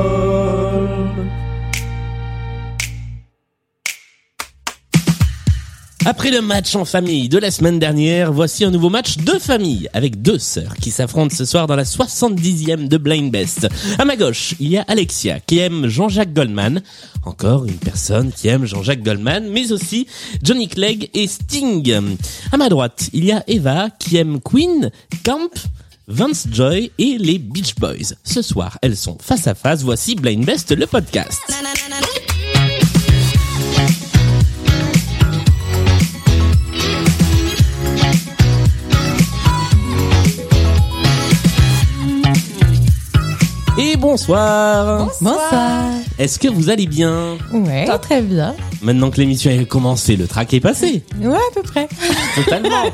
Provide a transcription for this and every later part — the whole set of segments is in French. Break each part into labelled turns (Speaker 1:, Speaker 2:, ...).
Speaker 1: Microstodome.
Speaker 2: Après le match en famille de la semaine dernière, voici un nouveau match de famille avec deux sœurs qui s'affrontent ce soir dans la 70e de Blind Best. À ma gauche, il y a Alexia qui aime Jean-Jacques Goldman, encore une personne qui aime Jean-Jacques Goldman, mais aussi Johnny Clegg et Sting. À ma droite, il y a Eva qui aime Queen, Camp, Vance Joy et les Beach Boys. Ce soir, elles sont face à face. Voici Blind Best le podcast. Et bonsoir.
Speaker 3: Bonsoir.
Speaker 2: Est-ce que vous allez bien
Speaker 3: Ouais. très bien.
Speaker 2: Maintenant que l'émission est commencée, le track est passé.
Speaker 3: Ouais, à peu près.
Speaker 2: Totalement.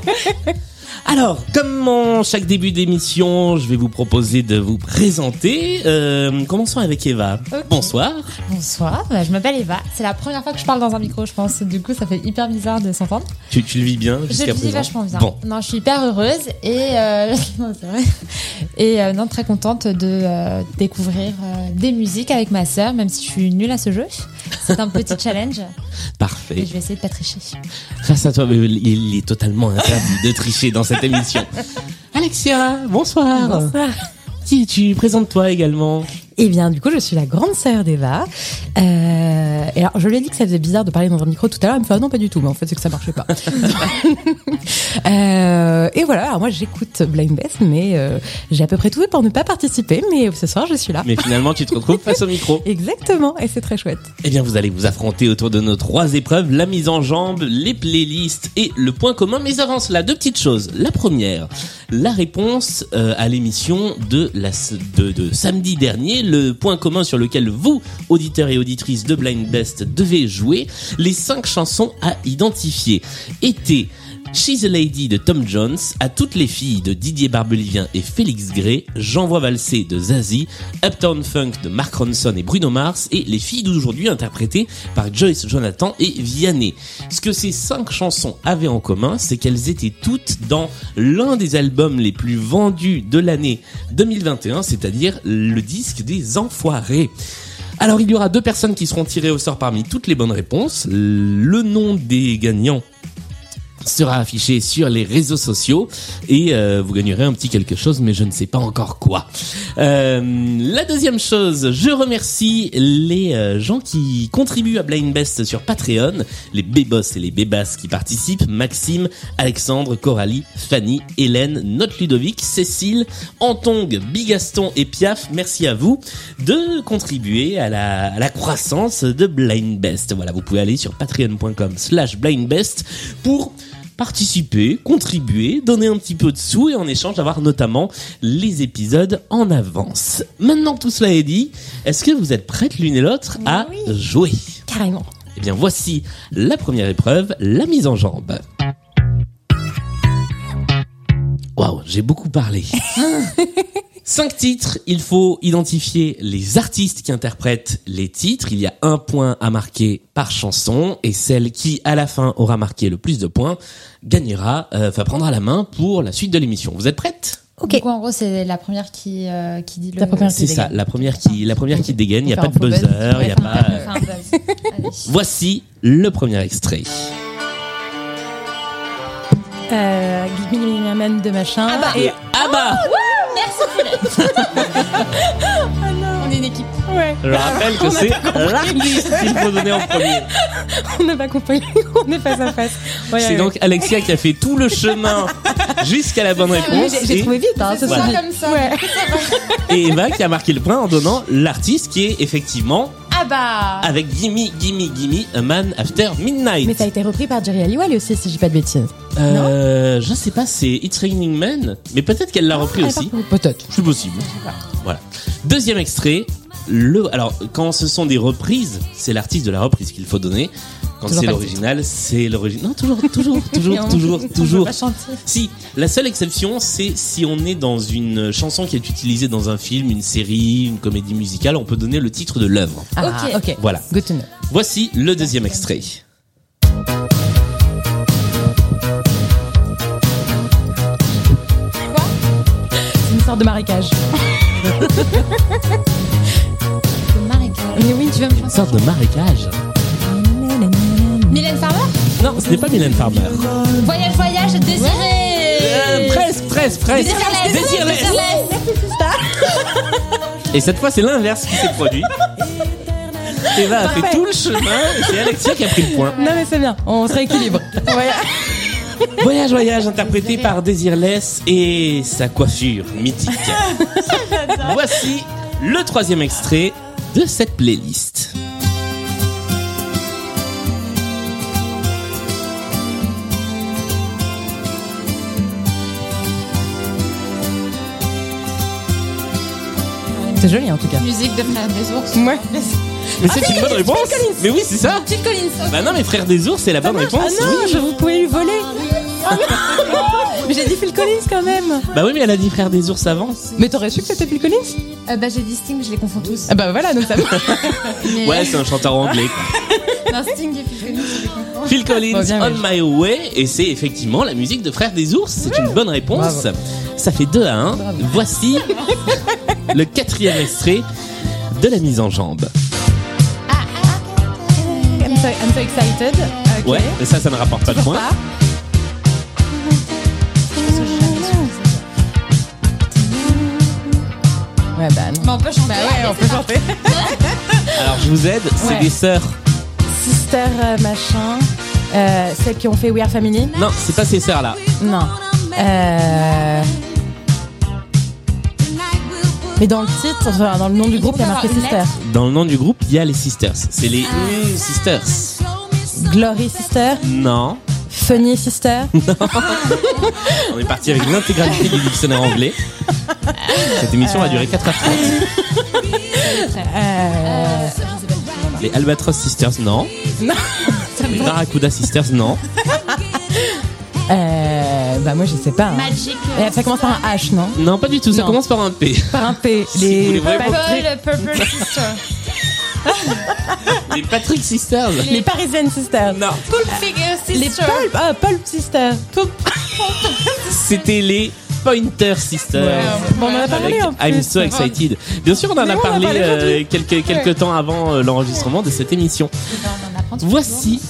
Speaker 2: Alors, comme en chaque début d'émission, je vais vous proposer de vous présenter. Euh, commençons avec Eva.
Speaker 3: Ok.
Speaker 2: Bonsoir.
Speaker 3: Bonsoir. bah, je m'appelle Eva. C'est la première fois que je parle dans un micro, je pense. Du coup, ça fait hyper bizarre de s'entendre.
Speaker 2: Tu, tu le vis bien
Speaker 3: Je
Speaker 2: jusqu'à
Speaker 3: le
Speaker 2: présent
Speaker 3: vis vachement bien.
Speaker 2: Bon,
Speaker 3: Non, je suis hyper heureuse et euh, non, c'est vrai. Et euh, non, très contente de euh, découvrir euh, des musiques avec ma sœur, même si je suis nulle à ce jeu. C'est un petit challenge et
Speaker 2: parfait.
Speaker 3: je vais essayer de pas tricher.
Speaker 2: Face à toi, mais il est totalement interdit de tricher dans cette émission. Alexia, bonsoir.
Speaker 4: Bonsoir.
Speaker 2: Qui tu Présente-toi également.
Speaker 4: Eh bien, du coup, je suis la grande sœur d'Eva. Euh, et alors, je lui ai dit que ça faisait bizarre de parler dans un micro tout à l'heure. Elle me fait ah non, pas du tout. Mais en fait, c'est que ça marchait pas. euh, et voilà. Alors moi, j'écoute Blind Best, mais euh, j'ai à peu près tout fait pour ne pas participer. Mais ce soir, je suis là.
Speaker 2: Mais finalement, tu te retrouves face au micro.
Speaker 4: Exactement. Et c'est très chouette.
Speaker 2: Eh bien, vous allez vous affronter autour de nos trois épreuves, la mise en jambe, les playlists et le point commun. Mais avant cela, deux petites choses. La première, la réponse euh, à l'émission de, la, s- de, de samedi dernier, le point commun sur lequel vous, auditeurs et auditrices de Blind Best, devez jouer, les cinq chansons à identifier étaient She's a Lady de Tom Jones, à toutes les filles de Didier Barbelivien et Félix Gray, J'envoie valser de Zazie, Uptown Funk de Mark Ronson et Bruno Mars, et Les filles d'aujourd'hui interprétées par Joyce Jonathan et Vianney. Ce que ces cinq chansons avaient en commun, c'est qu'elles étaient toutes dans l'un des albums les plus vendus de l'année 2021, c'est-à-dire le disque des Enfoirés. Alors il y aura deux personnes qui seront tirées au sort parmi toutes les bonnes réponses. Le nom des gagnants sera affiché sur les réseaux sociaux et euh, vous gagnerez un petit quelque chose, mais je ne sais pas encore quoi. Euh, la deuxième chose, je remercie les euh, gens qui contribuent à Blind Best sur Patreon, les Bébos et les Bébasses qui participent, Maxime, Alexandre, Coralie, Fanny, Hélène, Note Ludovic, Cécile, Antong, Bigaston et Piaf, merci à vous de contribuer à la, à la croissance de Blind Best. Voilà, vous pouvez aller sur patreon.com slash blindbest pour participer, contribuer, donner un petit peu de sous et en échange d'avoir notamment les épisodes en avance. Maintenant que tout cela est dit, est-ce que vous êtes prêtes l'une et l'autre à
Speaker 3: Oui.
Speaker 2: jouer
Speaker 4: Carrément.
Speaker 2: Eh bien voici la première épreuve, la mise en jambe. Waouh, j'ai beaucoup parlé. Cinq titres, il faut identifier les artistes qui interprètent les titres. Il y a un point à marquer par chanson et celle qui, à la fin, aura marqué le plus de points gagnera, euh, enfin prendra la main pour la suite de l'émission. Vous êtes prête
Speaker 4: Ok.
Speaker 3: Du coup, en gros, c'est la première qui, euh, qui dit le.
Speaker 4: La première.
Speaker 2: Ah, C'est
Speaker 4: Qui
Speaker 2: ça,
Speaker 4: dégaine.
Speaker 2: la première qui, la première qui dégaine. Il y a
Speaker 4: Faut
Speaker 2: pas de
Speaker 4: faire un faux buzz.
Speaker 2: buzzer, il y a
Speaker 3: Enfin,
Speaker 2: pas. euh,
Speaker 3: enfin, buzz. Allez.
Speaker 2: Voici le premier extrait.
Speaker 4: Euh, Give me the man de machin.
Speaker 3: Ah bah.
Speaker 4: Et-
Speaker 2: Ah bah.
Speaker 3: Merci Colette.
Speaker 2: Ah
Speaker 3: On est une équipe.
Speaker 4: ouais.
Speaker 2: Je rappelle que c'est l'artiste qu'il faut donner en premier.
Speaker 4: On n'a pas compris. on est face à face. Ouais,
Speaker 2: C'est
Speaker 4: ouais,
Speaker 2: donc Alexia qui a fait tout le chemin jusqu'à la
Speaker 3: Ah
Speaker 2: bonne
Speaker 4: ouais. Ouais,
Speaker 2: réponse
Speaker 4: j'ai-
Speaker 2: et,
Speaker 4: J'ai trouvé vite. Hein,
Speaker 3: C'est
Speaker 4: ce
Speaker 2: Voilà.
Speaker 4: soir.
Speaker 3: ça comme ça.
Speaker 4: Ouais.
Speaker 2: et Eva qui a marqué le point en donnant l'artiste qui est effectivement
Speaker 3: Ah bah.
Speaker 2: avec Gimme Gimme Gimme A Man After
Speaker 4: Mais ça a
Speaker 2: Midnight.
Speaker 4: été repris par Jerry Halliwell aussi, si j'ai pas de bêtises.
Speaker 2: Euh, je sais pas, c'est It's Raining Men, mais peut-être qu'elle l'a
Speaker 3: Ah,
Speaker 2: repris aussi.
Speaker 4: Ah, Peut-être.
Speaker 2: C'est possible. Voilà. Deuxième extrait. Le, alors, quand ce sont des reprises, c'est l'artiste de la reprise qu'il faut donner. Quand
Speaker 4: Toujours
Speaker 2: c'est
Speaker 4: pas le
Speaker 2: l'original, c'est l'original. Non, toujours, toujours, toujours, toujours,
Speaker 3: On peut
Speaker 2: toujours.
Speaker 3: pas chanter.
Speaker 2: Si, la seule exception, c'est si on est dans une chanson qui est utilisée dans un film, une série, une comédie musicale, on peut donner le titre de l'œuvre.
Speaker 4: Ah,
Speaker 3: Ok.
Speaker 4: ok.
Speaker 2: Voilà.
Speaker 4: Good to know.
Speaker 2: Voici le deuxième extrait.
Speaker 4: C'est une sorte de marécage.
Speaker 3: Le marécage. Mais oui, tu vas me
Speaker 2: Une
Speaker 3: chanter.
Speaker 2: sorte de marécage.
Speaker 3: Mylène Farmer
Speaker 2: Non, ce n'est pas Mylène Farmer.
Speaker 3: Voyage, voyage, désiré
Speaker 2: Euh, presque, presque, presque.
Speaker 3: Désirless.
Speaker 2: Désirless.
Speaker 3: Désirless.
Speaker 2: Et cette fois, c'est l'inverse qui s'est produit. Eva a fait
Speaker 4: Parfait.
Speaker 2: tout le chemin et c'est Alexia qui a pris le point.
Speaker 4: Non, mais c'est bien, on se rééquilibre. Voilà.
Speaker 2: Voyage, voyage, interprété par Désirless et sa coiffure mythique. Voici le troisième extrait de cette playlist.
Speaker 4: C'est joli en tout cas.
Speaker 3: Musique de Frères des Ours.
Speaker 4: Ouais.
Speaker 2: Ah, Mais c'est une bonne réponse Mais oui, c'est ça
Speaker 3: Phil Collins.
Speaker 2: Bah non, mais Frères des ours, c'est la bonne réponse.
Speaker 4: Ah non,
Speaker 2: Oui.
Speaker 4: je vous pouvez lui voler. Mais j'ai dit Phil Collins quand même.
Speaker 2: Bah oui, mais elle a dit Frères des ours avant.
Speaker 4: Mais t'aurais su que c'était Phil Collins
Speaker 3: Euh, bah, j'ai dit Sting, je les confonds tous.
Speaker 4: Ah bah voilà, donc ça va.
Speaker 3: Mais-
Speaker 2: Ouais, c'est un chanteur anglais. quoi.
Speaker 3: Non, Sting et Phil Collins, je les confonds.
Speaker 2: Phil Collins,
Speaker 4: Oh, bien,
Speaker 2: On
Speaker 4: oui.
Speaker 2: My Way, et c'est effectivement la musique de Frères des ours. C'est une bonne réponse. Ça fait 2 à 1. Voici le quatrième extrait de la mise en jambe.
Speaker 4: I'm so, I'm so excited. Ok.
Speaker 2: Ouais, mais ça, ça ne rapporte pas de points.
Speaker 4: Ah, Ouais, bah non.
Speaker 3: Mais on peut chanter.
Speaker 4: Bah ouais, on peut chanter.
Speaker 2: Alors, je vous aide, c'est
Speaker 4: Ouais.
Speaker 2: des sœurs.
Speaker 4: Sister euh, machin. Euh, celles qui ont fait We Are Family
Speaker 2: Non, c'est pas ces sœurs-là.
Speaker 4: Non. Euh... Mais dans le titre, enfin, dans le nom du groupe, il y a marqué
Speaker 3: Une lettre.
Speaker 4: Sister.
Speaker 2: Dans le nom du groupe, il y a les Sisters. C'est les
Speaker 4: Ah.
Speaker 2: Mm, Sisters.
Speaker 4: Glory Sister,
Speaker 2: Non,
Speaker 4: Funny Sister.
Speaker 2: on est parti avec l'intégralité du dictionnaire anglais. Cette émission va durer 4 à 30.
Speaker 4: Euh...
Speaker 2: Les Albatross Sisters, non.
Speaker 4: Non.
Speaker 2: Les Barracuda Sisters, non.
Speaker 4: Euh... Bah moi je sais pas. hein.
Speaker 3: Magic.
Speaker 4: Euh, Ça commence par un H, non
Speaker 2: Non, pas du tout, ça
Speaker 4: Non.
Speaker 2: commence par un P.
Speaker 4: Par un P.
Speaker 2: Si vous voulez vraiment-
Speaker 4: Patrick-
Speaker 3: Paul Purple Sister.
Speaker 2: Les Patrick Sisters.
Speaker 4: les Parisiennes Sisters.
Speaker 2: Non,
Speaker 3: Pulp Figure euh, Sister.
Speaker 4: Les Pulp, ah, Pulp Sisters. Pulp.
Speaker 2: c'était les Pointer Sisters.
Speaker 4: Euh, Bon, on en a
Speaker 2: Euh,
Speaker 4: pas
Speaker 2: Avec
Speaker 4: parlé en plus.
Speaker 2: I'm so excited. Bien sûr, on en
Speaker 4: Mais
Speaker 2: a
Speaker 4: oui, on en a
Speaker 2: parlé
Speaker 4: parlé
Speaker 2: euh,
Speaker 4: aujourd'hui.
Speaker 2: quelques, quelques temps avant euh, l'enregistrement de cette émission.
Speaker 3: Eh ben, On en apprend toujours.
Speaker 2: Voici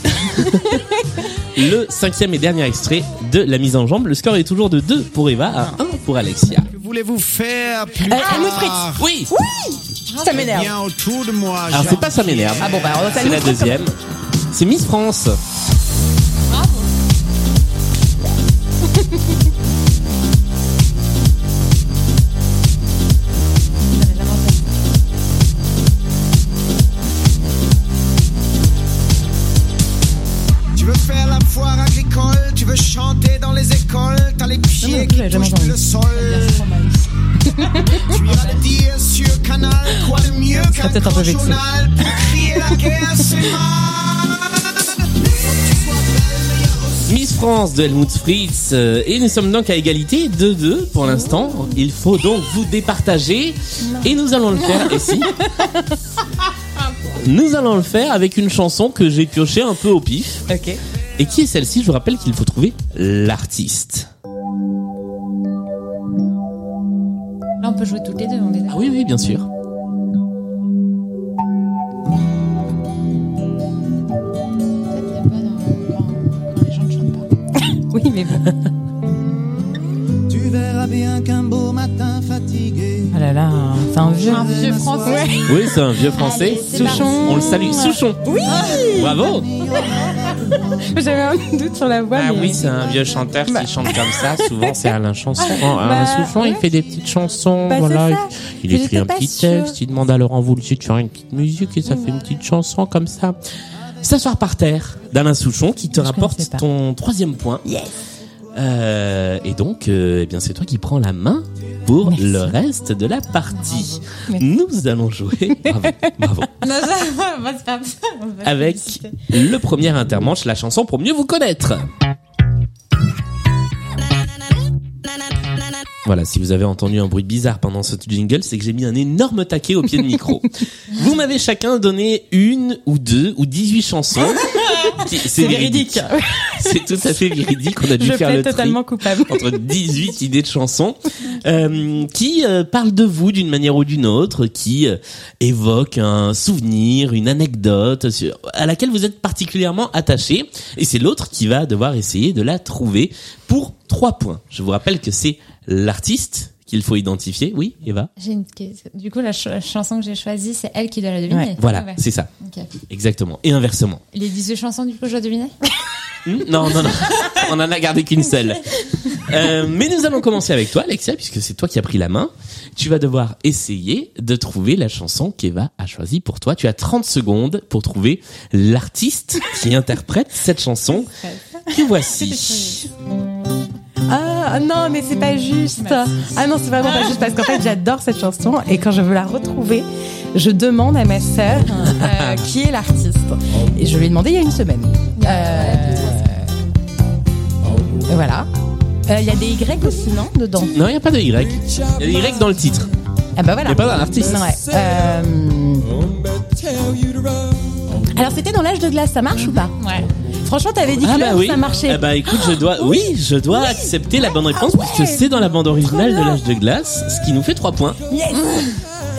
Speaker 2: le cinquième et dernier extrait de la mise en jambe. Le score est toujours de 2 pour Eva à 1 pour Alexia.
Speaker 1: Que voulez-vous faire plus
Speaker 4: Euh,
Speaker 1: tard
Speaker 4: Helmut Fritz.
Speaker 2: Oui
Speaker 4: Ça m'énerve.
Speaker 1: Bien autour de moi.
Speaker 2: Alors c'est pas ça m'énerve.
Speaker 4: Ah bon, bah, on
Speaker 2: C'est la deuxième. C'est Miss France.
Speaker 3: Bravo.
Speaker 1: Tu veux faire la foire agricole, tu veux chanter dans les écoles, t'as les
Speaker 4: Non, non,
Speaker 1: pieds
Speaker 4: j'ai
Speaker 1: qui
Speaker 4: jamais
Speaker 1: touchent le
Speaker 4: entendu.
Speaker 1: sol. tu iras le dire sur Canal, quoi de mieux
Speaker 4: serait
Speaker 1: qu'un
Speaker 4: peut-être un
Speaker 1: grand
Speaker 4: peu vexé.
Speaker 1: journal pour crier la guerre, c'est mal.
Speaker 2: Miss France de Helmut Fritz. Euh, Et nous sommes donc à égalité 2-2 pour l'instant. Il faut donc vous départager. Et nous allons le faire ici. Nous allons le faire avec une chanson que j'ai piochée un peu au pif.
Speaker 4: Ok.
Speaker 2: Et qui est celle-ci Je vous rappelle qu'il faut trouver l'artiste.
Speaker 3: Là, on peut jouer toutes les deux, on est
Speaker 2: Ah
Speaker 3: d'accord.
Speaker 2: oui, oui, bien sûr.
Speaker 3: Peut-être t'es bonne en- quand- quand les gens ne chantent pas.
Speaker 4: Oui, mais bon.
Speaker 1: Tu verras bien qu'un beau matin fatigué.
Speaker 4: Oh là là, c'est un vieux.
Speaker 3: Un vieux français.
Speaker 2: Oui, c'est un vieux français.
Speaker 3: Allez, c'est
Speaker 4: Souchon. parti.
Speaker 2: On le salue. Souchon. Oui. Bravo.
Speaker 4: J'avais un doute sur la voix.
Speaker 2: Ah
Speaker 4: mais-
Speaker 2: oui, c'est un vieux chanteur qui chante comme ça. Souvent, c'est Alain Chanson. Hein, Alain
Speaker 4: Bah,
Speaker 2: Souchon, il
Speaker 4: ouais.
Speaker 2: fait des petites chansons.
Speaker 4: Bah, c'est
Speaker 2: voilà.
Speaker 4: ça.
Speaker 2: Il
Speaker 4: Mais
Speaker 2: écrit
Speaker 4: j'étais
Speaker 2: un
Speaker 4: pas
Speaker 2: petit
Speaker 4: sûre.
Speaker 2: texte. Il demande à Laurent Voulzy de faire une petite musique et ça fait une petite chanson comme ça. S'asseoir par terre d'Alain Souchon qui te
Speaker 4: Je
Speaker 2: rapporte
Speaker 4: connaissais pas.
Speaker 2: ton troisième point. Euh, et donc, euh, eh bien, c'est toi qui prends la main pour
Speaker 4: Merci.
Speaker 2: le reste de la partie.
Speaker 4: Merci.
Speaker 2: Nous allons jouer. Bravo, bravo.
Speaker 3: Non, ça, on va se faire ça, on va se
Speaker 2: avec
Speaker 3: féliciter.
Speaker 2: le premier intermanche, la chanson pour mieux vous connaître. Voilà, si vous avez entendu un bruit bizarre pendant ce jingle, c'est que j'ai mis un énorme taquet au pied de micro. vous m'avez chacun donné une ou deux ou 18 chansons C'est-
Speaker 4: C'est véridique.
Speaker 2: C'est tout à fait véridique. On a dû
Speaker 4: Je
Speaker 2: faire le
Speaker 4: plaide
Speaker 2: tri Oh.
Speaker 4: totalement coupable.
Speaker 2: entre 18 idées de chansons euh, qui euh, parlent de vous d'une manière ou d'une autre, qui euh, évoquent un souvenir, une anecdote sur- à laquelle vous êtes particulièrement attaché. Et c'est l'autre qui va devoir essayer de la trouver pour trois points. Je vous rappelle que c'est l'artiste qu'il faut identifier. Oui, Eva
Speaker 3: J'ai une... Du coup, la, ch- la chanson que j'ai choisie, c'est elle qui doit la deviner.
Speaker 4: Ouais.
Speaker 2: Voilà,
Speaker 3: Ah ouais.
Speaker 2: c'est ça.
Speaker 3: Ok.
Speaker 2: Exactement. Et inversement.
Speaker 3: Les 18 chansons, du coup, je dois deviner
Speaker 2: Hmm non, non, non. On en a gardé qu'une seule. Euh, mais nous allons commencer avec toi, Alexia, puisque c'est toi qui as pris la main. Tu vas devoir essayer de trouver la chanson qu'Eva a choisie pour toi. Tu as 30 secondes pour trouver l'artiste qui interprète cette chanson que voici.
Speaker 4: Ah non, mais c'est pas juste. Ah non, c'est vraiment pas juste parce qu'en fait, j'adore cette chanson et quand je veux la retrouver, je demande à ma sœur euh, qui est l'artiste. Et je lui ai demandé il y a une semaine. Euh, Voilà. Euh, Il y a des Y aussi, non, dedans
Speaker 2: Non, il n'y a pas de Y. Il y a des Y dans le titre.
Speaker 4: Ah bah voilà.
Speaker 2: Il y a pas d'artiste.
Speaker 4: Ouais. Euh, Alors, c'était dans l'âge de glace, ça marche ou pas
Speaker 3: Ouais.
Speaker 4: Franchement, t'avais dit que
Speaker 2: Ah bah
Speaker 4: l'heure,
Speaker 2: oui.
Speaker 4: ça marchait.
Speaker 2: Ah bah écoute, je dois, oui, je dois accepter la bonne réponse
Speaker 4: Ah ouais.
Speaker 2: puisque c'est dans la bande originale de
Speaker 4: bien.
Speaker 2: l'âge de glace, ce qui nous fait 3 points.
Speaker 4: Yes.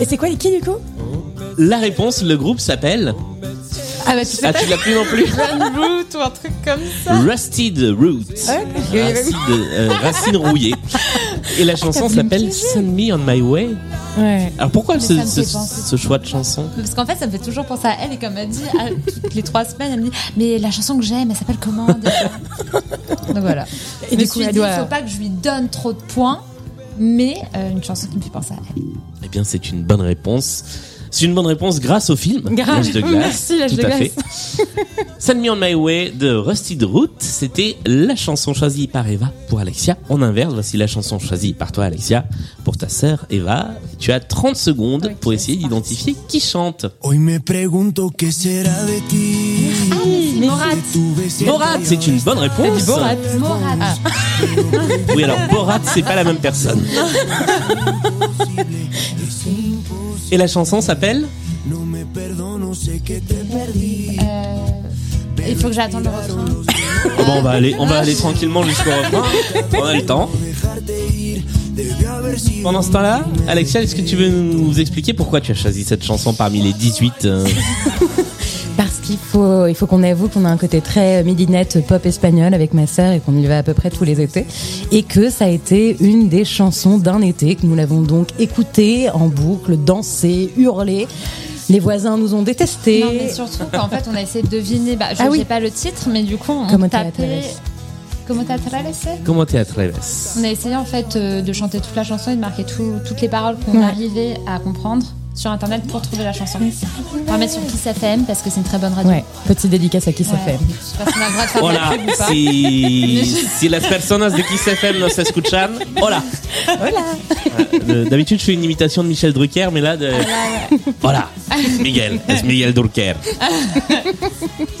Speaker 4: Et c'est quoi les qui du coup
Speaker 2: La réponse, le groupe s'appelle.
Speaker 4: Ah bah tu sais
Speaker 2: Ah, tu l'as plus non plus.
Speaker 4: Root ou un truc comme ça.
Speaker 2: Rusted Root. Racine, euh, racine rouillée. Et la chanson
Speaker 4: t'as
Speaker 2: s'appelle
Speaker 4: bien
Speaker 2: Send Me on My Way.
Speaker 4: Ouais.
Speaker 2: Alors pourquoi ce,
Speaker 3: ça me fait
Speaker 2: ce-
Speaker 3: penser.
Speaker 2: ce choix de chanson
Speaker 3: Parce qu'en fait, ça me fait toujours penser à elle. Et comme elle dit, à- toutes les trois semaines, elle me dit Mais la chanson que j'aime, elle s'appelle comment déjà Donc voilà.
Speaker 4: Et
Speaker 3: je me
Speaker 4: du coup,
Speaker 3: suis
Speaker 4: elle
Speaker 3: dit,
Speaker 4: doit.
Speaker 3: faut pas que je lui donne trop de points, mais euh, une chanson qui me fait penser à elle.
Speaker 2: Eh bien, c'est une bonne réponse. C'est une bonne réponse grâce au film
Speaker 4: Grave.
Speaker 2: L'âge de glace.
Speaker 4: Merci, L'Âge
Speaker 2: Tout
Speaker 4: de
Speaker 2: à
Speaker 4: glace.
Speaker 2: fait. Send Me on My Way de Rusted Root, c'était la chanson choisie par Eva pour Alexia. En inverse, voici la chanson choisie par toi, Alexia, pour ta sœur Eva. Tu as 30 secondes
Speaker 3: Ok,
Speaker 2: pour essayer
Speaker 3: c'est parti.
Speaker 2: d'identifier qui chante.
Speaker 5: Hoy me pregunto qué será de ti.
Speaker 3: Morat
Speaker 2: Borat, c'est une bonne réponse.
Speaker 4: Borat.
Speaker 3: Morat
Speaker 4: Ah,
Speaker 2: Oui, alors Borat, c'est pas la même personne. Et la chanson s'appelle
Speaker 5: No me perdono, sé que te perdí.
Speaker 3: Euh, Il faut que j'attende le refrain.
Speaker 2: Oh, bah, on va aller, on va aller tranquillement jusqu'au refrain. On a le temps.
Speaker 5: Dejarte ir, debe haber sido.
Speaker 2: Pendant ce temps-là, Alexia, est-ce que tu veux nous expliquer pourquoi tu as choisi cette chanson parmi les 18 euh,
Speaker 4: Parce qu'il faut, il faut qu'on avoue qu'on a un côté très euh, midinette pop espagnol avec ma sœur et qu'on y va à peu près tous les étés. Et que ça a été une des chansons d'un été que nous l'avons donc écoutée en boucle, dansée, hurlée. Les voisins nous ont détestés.
Speaker 3: Non, mais surtout qu'en fait, on a essayé de deviner. Bah, je
Speaker 4: Ah
Speaker 3: n'ai
Speaker 4: oui.
Speaker 3: pas le titre, mais du coup, on
Speaker 4: Comment t'as
Speaker 3: tapait.
Speaker 4: attraversé
Speaker 3: Comment t'as traversé
Speaker 2: Comment t'es à Travis
Speaker 3: On a essayé en fait euh, de chanter toute la chanson et de marquer tout- toutes les paroles qu'on
Speaker 4: Ouais.
Speaker 3: arrivait à comprendre sur internet pour trouver la chanson. On va mettre sur Kiss FM parce que c'est une très bonne radio.
Speaker 4: Ouais, petite dédicace à qui ça
Speaker 3: Ouais.
Speaker 4: fait.
Speaker 3: Je sais pas si on a le droit de faire de la
Speaker 2: Voilà,
Speaker 3: pub ou pas.
Speaker 2: si, si las personas de Kiss FM nos escuchan, hola. Euh, D'habitude, je fais une imitation de Michel Drucker, mais Ah, là, de... voilà, Es Miguel, es Miguel Drucker.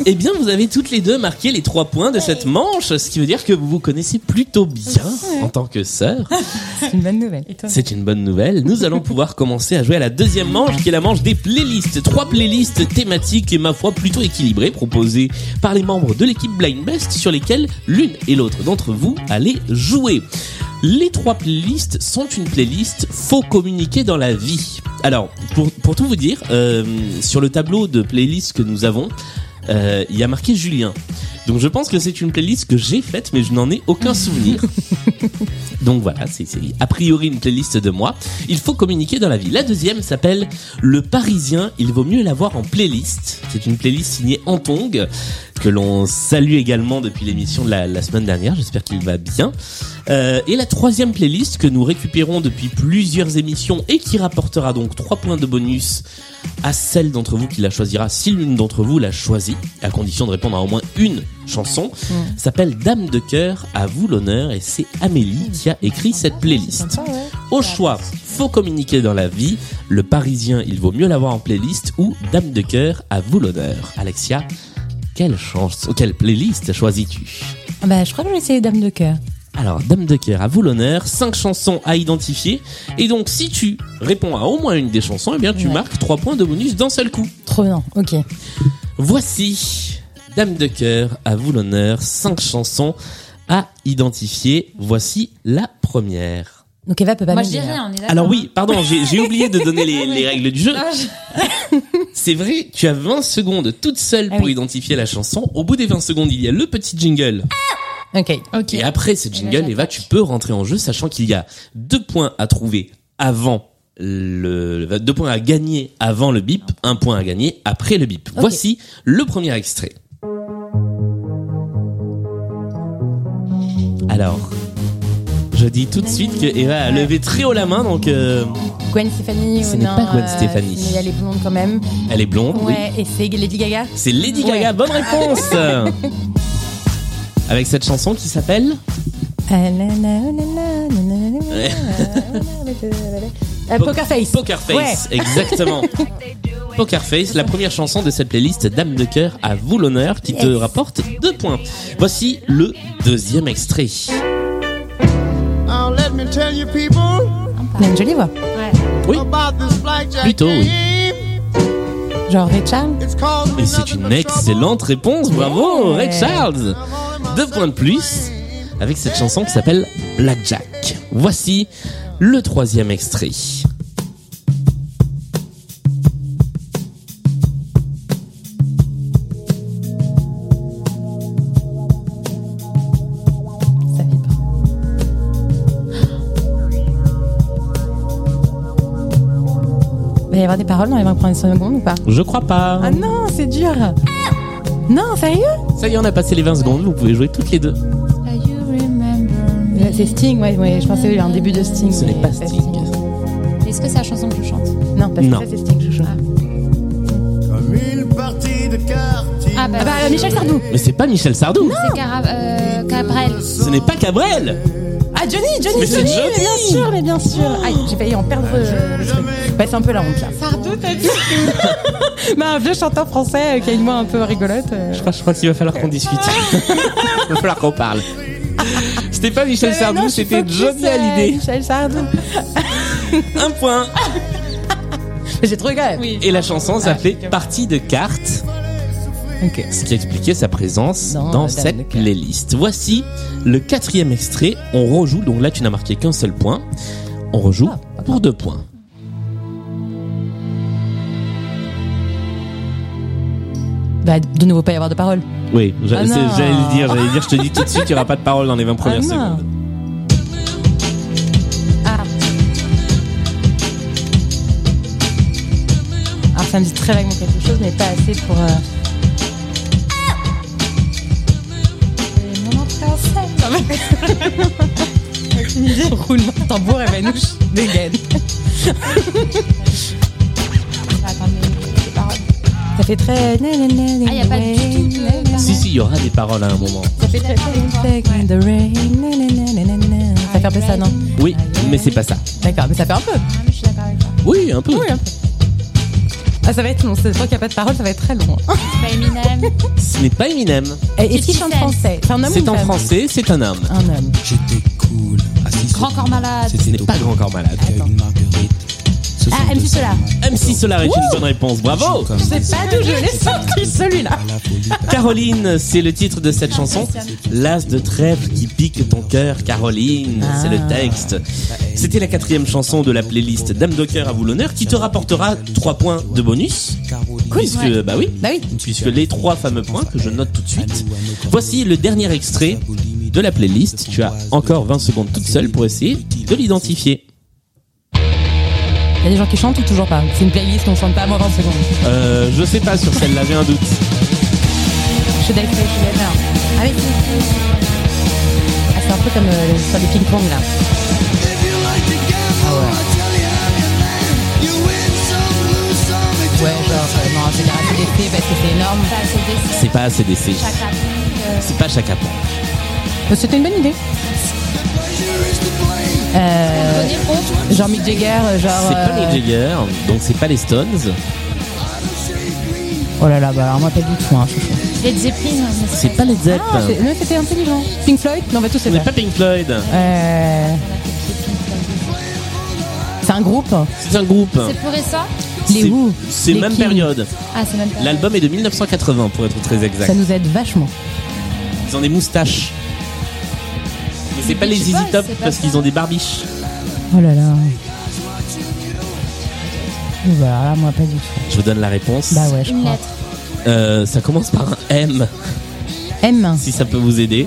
Speaker 2: eh bien, vous avez toutes les deux marqué les trois points de cette manche, ce qui veut dire que vous vous connaissez plutôt bien en tant que sœurs.
Speaker 4: C'est une bonne nouvelle.
Speaker 2: C'est une bonne nouvelle. Nous allons pouvoir commencer à jouer à la deuxième manche, qui est la manche des playlists. Trois playlists thématiques et ma foi plutôt équilibrées, proposées par les membres de l'équipe Blind Best, sur lesquelles l'une et l'autre d'entre vous allez jouer. Les trois playlists sont une playlist faut communiquer dans la vie. Alors, pour, pour tout vous dire, euh, sur le tableau de playlists que nous avons, euh, il y a marqué Julien. Donc je pense que c'est une playlist que j'ai faite, mais je n'en ai aucun souvenir. Donc voilà, c'est c'est a priori une playlist de moi. Il faut communiquer dans la vie. La deuxième s'appelle Le Parisien, il vaut mieux l'avoir en playlist. C'est une playlist signée Antong, que l'on salue également depuis l'émission de la, la semaine dernière. J'espère qu'il va bien. Euh, et la troisième playlist que nous récupérons depuis plusieurs émissions et qui rapportera donc trois points de bonus à celle d'entre vous qui la choisira, si l'une d'entre vous la choisit, à condition de répondre à au moins une chanson, s'appelle Dame de cœur, à vous l'honneur, et c'est Amélie qui a écrit cette playlist. Au choix, faut communiquer dans la vie, le parisien, il vaut mieux l'avoir en playlist, ou Dame de cœur, à vous l'honneur. Alexia, quelle chance, oh, quelle playlist choisis-tu
Speaker 4: Bah, je crois que je vais essayer Dame de cœur.
Speaker 2: alors, Dame de Cœur, à vous l'honneur, cinq chansons à identifier. Et donc, si tu réponds à au moins une des chansons, eh bien, tu
Speaker 4: Ouais.
Speaker 2: marques trois points de bonus d'un seul coup.
Speaker 4: Trop bien. Ok.
Speaker 2: Voici Dame de cœur, à vous l'honneur, cinq chansons à identifier. Voici la première.
Speaker 4: Donc Eva peut pas
Speaker 3: Moi,
Speaker 4: me
Speaker 3: je dis
Speaker 4: dire.
Speaker 3: rien, on est d'accord.
Speaker 2: Alors oui, pardon, j'ai j'ai oublié de donner les, les règles du jeu.
Speaker 3: Non, je-
Speaker 2: C'est vrai, tu as 20 secondes toute seule
Speaker 4: Ah
Speaker 2: pour
Speaker 4: oui.
Speaker 2: identifier la chanson. Au bout des 20 secondes, il y a le petit jingle.
Speaker 4: Ok.
Speaker 3: Ok.
Speaker 2: Et après ce jingle,
Speaker 3: j'attaque.
Speaker 2: Eva, tu peux rentrer en jeu, sachant qu'il y a deux points à trouver avant le, le- deux points à gagner avant le bip, un point à gagner après le bip. Voici le premier extrait. Alors, je dis tout de suite que Eva a levé très haut la main, donc euh,
Speaker 4: Gwen Stefani
Speaker 2: Ce
Speaker 4: ou
Speaker 2: n'est
Speaker 4: non,
Speaker 2: pas Gwen
Speaker 4: euh,
Speaker 2: Stefani.
Speaker 4: mais elle est blonde quand même.
Speaker 2: elle est blonde. oui.
Speaker 4: Ouais, et c'est Lady Gaga.
Speaker 2: C'est Lady
Speaker 4: Ouais.
Speaker 2: Gaga, bonne réponse. Avec cette chanson qui s'appelle
Speaker 4: Ah, na, na, na, na, na, na, na,
Speaker 2: Ouais.
Speaker 4: na. Euh, Poker Face.
Speaker 2: Poker Face, exactement. Poker Face, la première chanson de cette playlist Dame de cœur à vous l'honneur qui te
Speaker 4: Yes.
Speaker 2: rapporte deux points. Voici le deuxième extrait.
Speaker 6: Now let me tell you people
Speaker 4: Ouais. Même jolie voix.
Speaker 6: about this blackjack
Speaker 2: Plutôt, oui.
Speaker 6: game.
Speaker 4: Genre Ray Charles.
Speaker 6: It's called me
Speaker 2: Et c'est
Speaker 6: nothing but
Speaker 2: une
Speaker 6: trouble.
Speaker 2: excellente réponse, bravo
Speaker 4: Ouais.
Speaker 2: Red Charles. Deux points de plus avec cette chanson qui s'appelle Blackjack. Voici le troisième extrait.
Speaker 4: Ça vibre. Il va y avoir des paroles dans les 20 premières secondes ou pas
Speaker 2: Je crois pas.
Speaker 4: Ah non, c'est dur Non, sérieux
Speaker 2: Ça y est, on a passé les 20 secondes, vous pouvez jouer toutes les deux.
Speaker 3: You remember me.
Speaker 4: C'est Sting, ouais, ouais, je pensais à un début de Sting.
Speaker 2: Ce
Speaker 4: mais
Speaker 2: n'est pas Sting.
Speaker 3: Est-ce que c'est la chanson que je chante
Speaker 4: Non, parce que
Speaker 2: Non.
Speaker 4: ça c'est Sting, je joue.
Speaker 3: Ah,
Speaker 5: Comme une partie de carte.
Speaker 3: Ah bah,
Speaker 4: Ah bah, Michel Sardou
Speaker 2: Mais c'est pas Michel Sardou.
Speaker 3: c'est Cara- euh, Cabrel.
Speaker 2: Ce n'est pas Cabrel.
Speaker 4: Ah, Johnny Johnny
Speaker 2: Mais c'est
Speaker 4: Johnny,
Speaker 2: Johnny
Speaker 4: mais Bien sûr, mais bien sûr Aïe, j'ai failli en perdre euh, le truc. Ouais, c'est un peu la honte, là.
Speaker 3: Sardou, t'as dit
Speaker 4: Bah, un vieux chanteur français euh, qui a une voix un peu rigolote. euh.
Speaker 2: Je crois, je crois qu'il va falloir qu'on discute. Il va falloir qu'on parle. C'était pas Michel
Speaker 4: Euh,
Speaker 2: Sardou,
Speaker 4: non, je suis
Speaker 2: c'était
Speaker 4: focus,
Speaker 2: Johnny
Speaker 4: euh,
Speaker 2: Hallyday.
Speaker 4: Michel Sardou.
Speaker 2: Un point.
Speaker 4: Mais J'ai trouvé quand même.
Speaker 2: Et la chanson s'appelait Partie de cartes,
Speaker 4: Ah, Ok.
Speaker 2: ce qui expliquait sa présence
Speaker 4: Dans
Speaker 2: dans,
Speaker 4: la table de
Speaker 2: cette
Speaker 4: cartes.
Speaker 2: playlist. Voici le quatrième extrait. On rejoue, donc là tu n'as marqué qu'un seul point. On rejoue
Speaker 4: Ah, pas
Speaker 2: pour deux points.
Speaker 4: Bah, de nouveau, pas y avoir de paroles.
Speaker 2: Oui, j'a-
Speaker 4: Ah
Speaker 2: c'est-
Speaker 4: non.
Speaker 2: j'allais le dire, j'allais dire, je te dis tout de suite qu'il n'y aura pas de parole dans les 20 premières
Speaker 4: Ah non.
Speaker 2: secondes.
Speaker 4: Ah. Alors ça me dit très vaguement quelque chose, mais pas assez pour. euh,
Speaker 3: Mon entrée en scène.
Speaker 4: Ah Aucune idée. Roulement de tambour et manouche dégaine.
Speaker 3: Attends, mais les paroles.
Speaker 4: Ça fait très. Ah,
Speaker 3: Ah, y a pas du tout de
Speaker 2: Si, si, il y aura des paroles à un moment.
Speaker 4: Ça fait très. in the rain, na, na, na, na, na, na. Ça fait un peu ça, non
Speaker 2: Oui, mais c'est pas ça.
Speaker 4: D'accord, mais ça fait un peu.
Speaker 3: Ah, mais je suis d'accord avec toi.
Speaker 2: Oui, un peu.
Speaker 4: Oui, un peu. Ah, ça va être long. C'est fois qu'il n'y a pas de parole, ça va être très long. hein.
Speaker 3: C'est pas Eminem.
Speaker 2: Ce n'est pas Eminem.
Speaker 4: Et- Est-ce Ah, qu'il chante
Speaker 3: Fifty Cent.
Speaker 4: français C'est un homme ou
Speaker 2: C'est
Speaker 4: une
Speaker 2: en
Speaker 4: femme
Speaker 2: français, c'est un homme.
Speaker 4: Un homme.
Speaker 5: J'étais cool. Assis
Speaker 3: Grand corps malade.
Speaker 2: Ce n'est pas Grand Corps Malade.
Speaker 5: avec une marguerite. Ce
Speaker 3: Ah,
Speaker 5: sont
Speaker 3: MC
Speaker 5: deux
Speaker 3: Solar.
Speaker 2: MC Solar est une bonne réponse, bravo
Speaker 5: comme
Speaker 4: Je sais pas d'où je l'ai sorti, celui-là.
Speaker 5: à la folie.
Speaker 2: Caroline, c'est le titre de
Speaker 4: Ah,
Speaker 2: cette chanson. L'as de trèfle qui pique ton cœur, Caroline,
Speaker 4: Ah.
Speaker 2: c'est le texte. C'était la quatrième chanson de la playlist Dame de cœur à vous l'honneur qui te rapportera trois points de bonus.
Speaker 5: Caroline.
Speaker 2: Puisque, bah oui,
Speaker 4: Bah oui.
Speaker 2: puisque les trois fameux points que je note tout de suite. Voici le dernier extrait de la playlist. Tu as encore 20 secondes toute seule pour essayer de l'identifier.
Speaker 4: Il y a des gens qui chantent ou toujours pas C'est une playlist, on chante pas moins 20 secondes.
Speaker 2: Euh, je sais pas sur celle-là, j'ai un doute.
Speaker 4: Je suis d'accord, je suis d'accord. Ah oui. Ah, c'est un peu comme euh, l'histoire du ping-pong là. Ouais, genre, euh, non, je vais dire ACDC parce que c'est énorme.
Speaker 3: Pas assez décent.
Speaker 2: C'est pas ACDC.
Speaker 3: Chaka Punk, euh,
Speaker 2: C'est pas Chaka Punk.
Speaker 4: Euh, C'était une bonne idée. Euh,
Speaker 3: Tony Hawk.
Speaker 4: genre Mick Jagger, euh, genre.
Speaker 2: C'est pas
Speaker 4: euh,
Speaker 2: les Jagger, donc c'est pas les Stones.
Speaker 4: Oh là là, bah alors moi pas du tout, hein, je suis chaud.
Speaker 3: Led Zeppelin. hein, mais
Speaker 2: C'est pas les Zepp.
Speaker 4: Ah, c'est- non, c'était intelligent. Pink Floyd Non, mais tout c'est
Speaker 2: Ce n'est
Speaker 4: vrai.
Speaker 2: pas Pink Floyd.
Speaker 4: Euh, C'est un groupe.
Speaker 2: C'est un groupe.
Speaker 3: C'est plus récent
Speaker 4: Les
Speaker 2: C'est-
Speaker 4: Who,
Speaker 2: C'est
Speaker 4: les
Speaker 2: même
Speaker 4: King.
Speaker 2: période.
Speaker 3: Ah, c'est même pas.
Speaker 2: L'album est de 1980 pour être très exact.
Speaker 4: Ça nous aide vachement.
Speaker 2: Ils ont des moustaches. Mais c'est pas
Speaker 3: Mais
Speaker 2: les
Speaker 3: je sais
Speaker 2: Easy
Speaker 3: pas,
Speaker 2: Top
Speaker 3: c'est pas
Speaker 2: parce
Speaker 3: ça.
Speaker 2: qu'ils ont des barbiches.
Speaker 4: Oh là là. Oh bah là, moi pas du tout.
Speaker 2: Je vous donne la réponse.
Speaker 4: Bah ouais, je
Speaker 3: Une
Speaker 4: crois.
Speaker 3: lettre.
Speaker 2: Euh, ça commence par un M,
Speaker 4: M,
Speaker 2: si ça peut vous aider.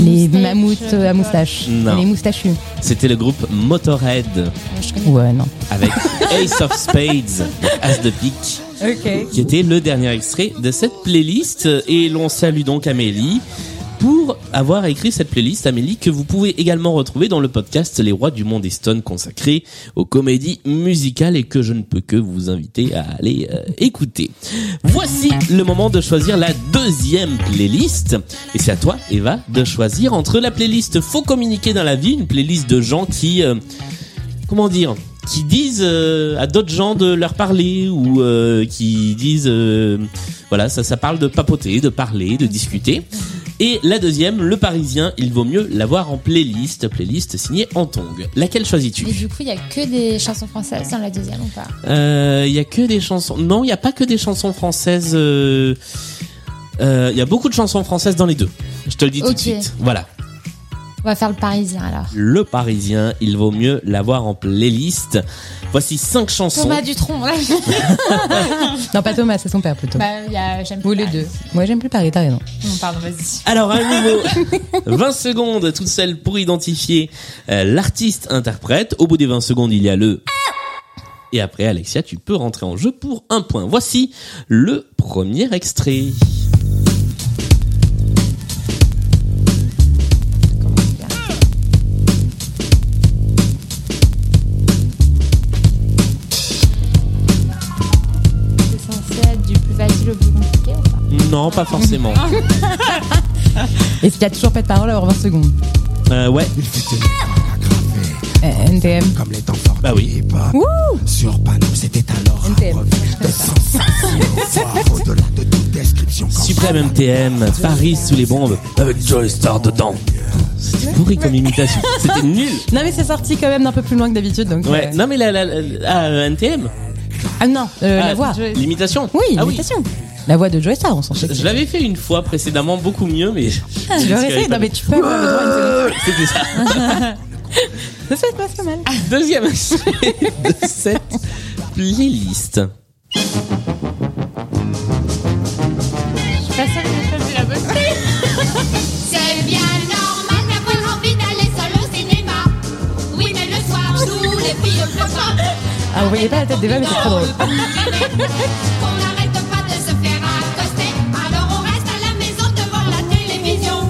Speaker 4: les
Speaker 3: Moustache,
Speaker 4: mammouths euh, à moustache.
Speaker 2: Non.
Speaker 4: Les moustachus.
Speaker 2: C'était le groupe Motorhead
Speaker 3: Je connais.
Speaker 4: Ouais, non.
Speaker 2: avec Ace of Spades, As de Pique,
Speaker 4: Ok.
Speaker 2: qui était le dernier extrait de cette playlist. Et l'on salue donc Amélie pour avoir écrit cette playlist, Amélie, que vous pouvez également retrouver dans le podcast Les Rois du Monde et Stone consacré aux comédies musicales et que je ne peux que vous inviter à aller euh, écouter. Voici le moment de choisir la deuxième playlist. Et c'est à toi, Eva, de choisir entre la playlist Faut communiquer dans la vie, une playlist de gens qui... euh, comment dire qui disent euh, à d'autres gens de leur parler ou euh, qui disent euh, voilà ça ça parle de papoter de parler de discuter et la deuxième le parisien il vaut mieux l'avoir en playlist playlist signée en tong laquelle
Speaker 3: Et
Speaker 2: choisis-tu
Speaker 3: du coup, il y a que des chansons françaises dans la deuxième ou pas
Speaker 2: Euh, il y a que des chansons non il y a pas que des chansons françaises euh, euh, il y a beaucoup de chansons françaises dans les deux je te le dis tout
Speaker 3: Ok.
Speaker 2: de suite voilà
Speaker 3: On va faire le parisien alors.
Speaker 2: le parisien il vaut mieux l'avoir en playlist voici cinq chansons
Speaker 3: Thomas Dutronc, ouais.
Speaker 4: Non, pas Thomas, c'est son père plutôt.
Speaker 3: bah, il y a, j'aime
Speaker 4: Ou
Speaker 3: pas.
Speaker 4: les deux. Moi j'aime plus Paris, t'as raison.
Speaker 3: Non, pardon, vas-y.
Speaker 2: Alors à nouveau, 20 secondes toutes seules pour identifier euh, l'artiste interprète. Au bout des 20 secondes, il y a le et après Alexia, tu peux rentrer en jeu pour un point. Voici le premier extrait.
Speaker 3: C'est censé être du plus facile au plus compliqué ou pas
Speaker 2: Non, pas forcément.
Speaker 4: Est-ce qu'il y a toujours pas de parole avant 20 secondes
Speaker 2: Euh, ouais,
Speaker 4: Euh, NTM.
Speaker 5: Comme les temps forts
Speaker 2: Bah oui.
Speaker 5: du hip-hop. Sur Paname, c'était alors un
Speaker 4: NTM.
Speaker 5: brevet de sensation, voire au-delà de toute description. Quand
Speaker 2: Suprême MTM, Paris sous les bombes, avec Joy Star dedans. C'était pourri comme imitation. C'était nul.
Speaker 4: Non mais c'est sorti quand même d'un peu plus loin que d'habitude donc.
Speaker 2: Ouais.
Speaker 4: euh,
Speaker 2: Non mais la, la, la- ah, euh, NTM.
Speaker 4: Ah non, euh,
Speaker 2: Ah,
Speaker 4: la voix.
Speaker 2: L'imitation.
Speaker 4: Oui,
Speaker 2: Ah
Speaker 4: l'imitation. La voix de Joey Star, on s'en fout.
Speaker 2: Je l'avais fait une fois précédemment, beaucoup mieux, mais.
Speaker 4: Tu Ah, l'aurais essayé Non mais tu peux avoir le droit à une seconde.
Speaker 2: C'était ça.
Speaker 4: Ça se passe pas mal.
Speaker 2: Deuxième extrait de cette playlist.
Speaker 3: Je suis pas sûre que j'ai choisi la bonne.
Speaker 7: C'est bien normal d'avoir envie d'aller seul au cinéma. Oui, mais le soir, nous, les filles au club pop,
Speaker 4: Ah, vous voyez pas la tête d'Eva, mais c'est trop drôle.
Speaker 7: on dirait qu'on n'arrête pas de se faire accoster. Alors on reste à la maison devant la télévision.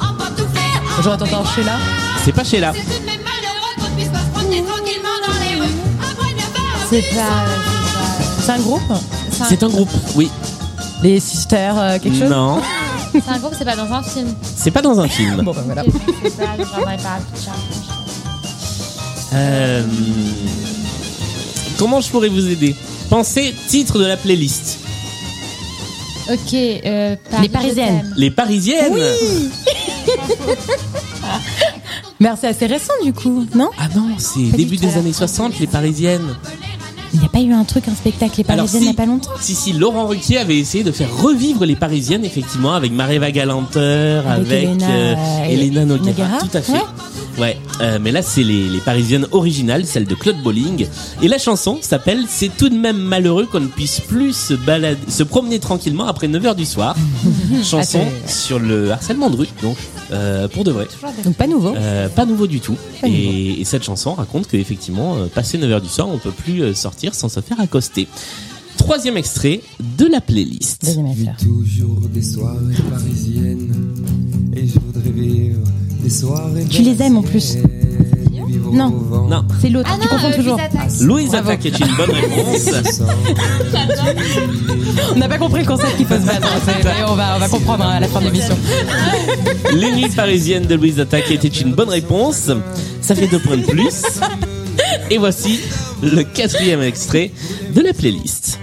Speaker 7: On peut tout faire. en
Speaker 4: J'aurais t'entendre
Speaker 7: peignoir.
Speaker 4: Sheila.
Speaker 2: C'est pas chez là.
Speaker 7: C'est tout de même malheureux qu'on puisse pas se promener tranquillement dans les rues. Après 9 heures,
Speaker 3: C'est
Speaker 7: ils
Speaker 3: pas.
Speaker 4: C'est un groupe
Speaker 3: C'est pas-
Speaker 2: C'est un groupe, oui.
Speaker 4: Les sisters, euh, quelque chose
Speaker 2: Non,
Speaker 3: C'est un groupe, c'est pas dans un film.
Speaker 2: c'est pas dans un film.
Speaker 4: Bon, bah voilà.
Speaker 3: C'est pas dans un film.
Speaker 2: Euh, Comment je pourrais vous aider Pensez titre de la playlist.
Speaker 3: Ok, euh, Paris,
Speaker 4: Les Parisiennes.
Speaker 3: je t'aime.
Speaker 2: Les Parisiennes
Speaker 4: Mais alors, c'est assez récent du coup, non
Speaker 2: Ah non, c'est début des années 60, les Parisiennes.
Speaker 4: Il n'y a pas eu un truc, un spectacle, les Parisiennes, il n'y a pas longtemps
Speaker 2: si, si, Laurent Ruquier avait essayé de faire revivre les Parisiennes, effectivement, avec Mareva Galanter,
Speaker 4: Avec
Speaker 2: avec,
Speaker 4: Elena,
Speaker 2: euh,
Speaker 4: euh,
Speaker 2: Elena Nogara,
Speaker 4: Nogara,
Speaker 2: tout à fait.
Speaker 4: ouais.
Speaker 2: Ouais, euh, mais là, c'est les, les Parisiennes originales, celles de Claude Bolling. Et la chanson s'appelle « C'est tout de même malheureux qu'on ne puisse plus se, balader, se promener tranquillement après 9h du soir ».
Speaker 4: Ah,
Speaker 2: Chanson
Speaker 4: Attends.
Speaker 2: sur le harcèlement de rue, donc, euh, pour de vrai.
Speaker 4: Donc pas nouveau.
Speaker 2: Euh, pas nouveau du tout.
Speaker 4: Pas
Speaker 2: Et, et cette chanson raconte que effectivement, euh, passé 9h du soir, on peut plus euh, sortir sans se faire accoster. Troisième extrait de la playlist.
Speaker 4: Deuxième
Speaker 8: Vu
Speaker 4: affaire.
Speaker 8: toujours des soirées parisiennes et je voudrais vivre des soirées.
Speaker 4: Tu les aimes, en plus.
Speaker 8: parisiennes, vivre
Speaker 4: Non.
Speaker 8: au vent.
Speaker 2: Non,
Speaker 4: C'est l'autre,
Speaker 3: Ah
Speaker 4: tu
Speaker 3: non,
Speaker 4: confonds
Speaker 3: euh,
Speaker 4: toujours.
Speaker 3: Louise Attaque.
Speaker 2: Louise
Speaker 4: Bravo.
Speaker 2: Attaque est une bonne réponse.
Speaker 4: On n'a pas compris le concept qu'il faut se battre. c'est- mais On va, on va comprendre hein, à la fin de l'émission.
Speaker 2: Les nuits parisiennes de Louise Attaque était une bonne réponse. Ça fait deux points de plus. Et voici le quatrième extrait de la playlist.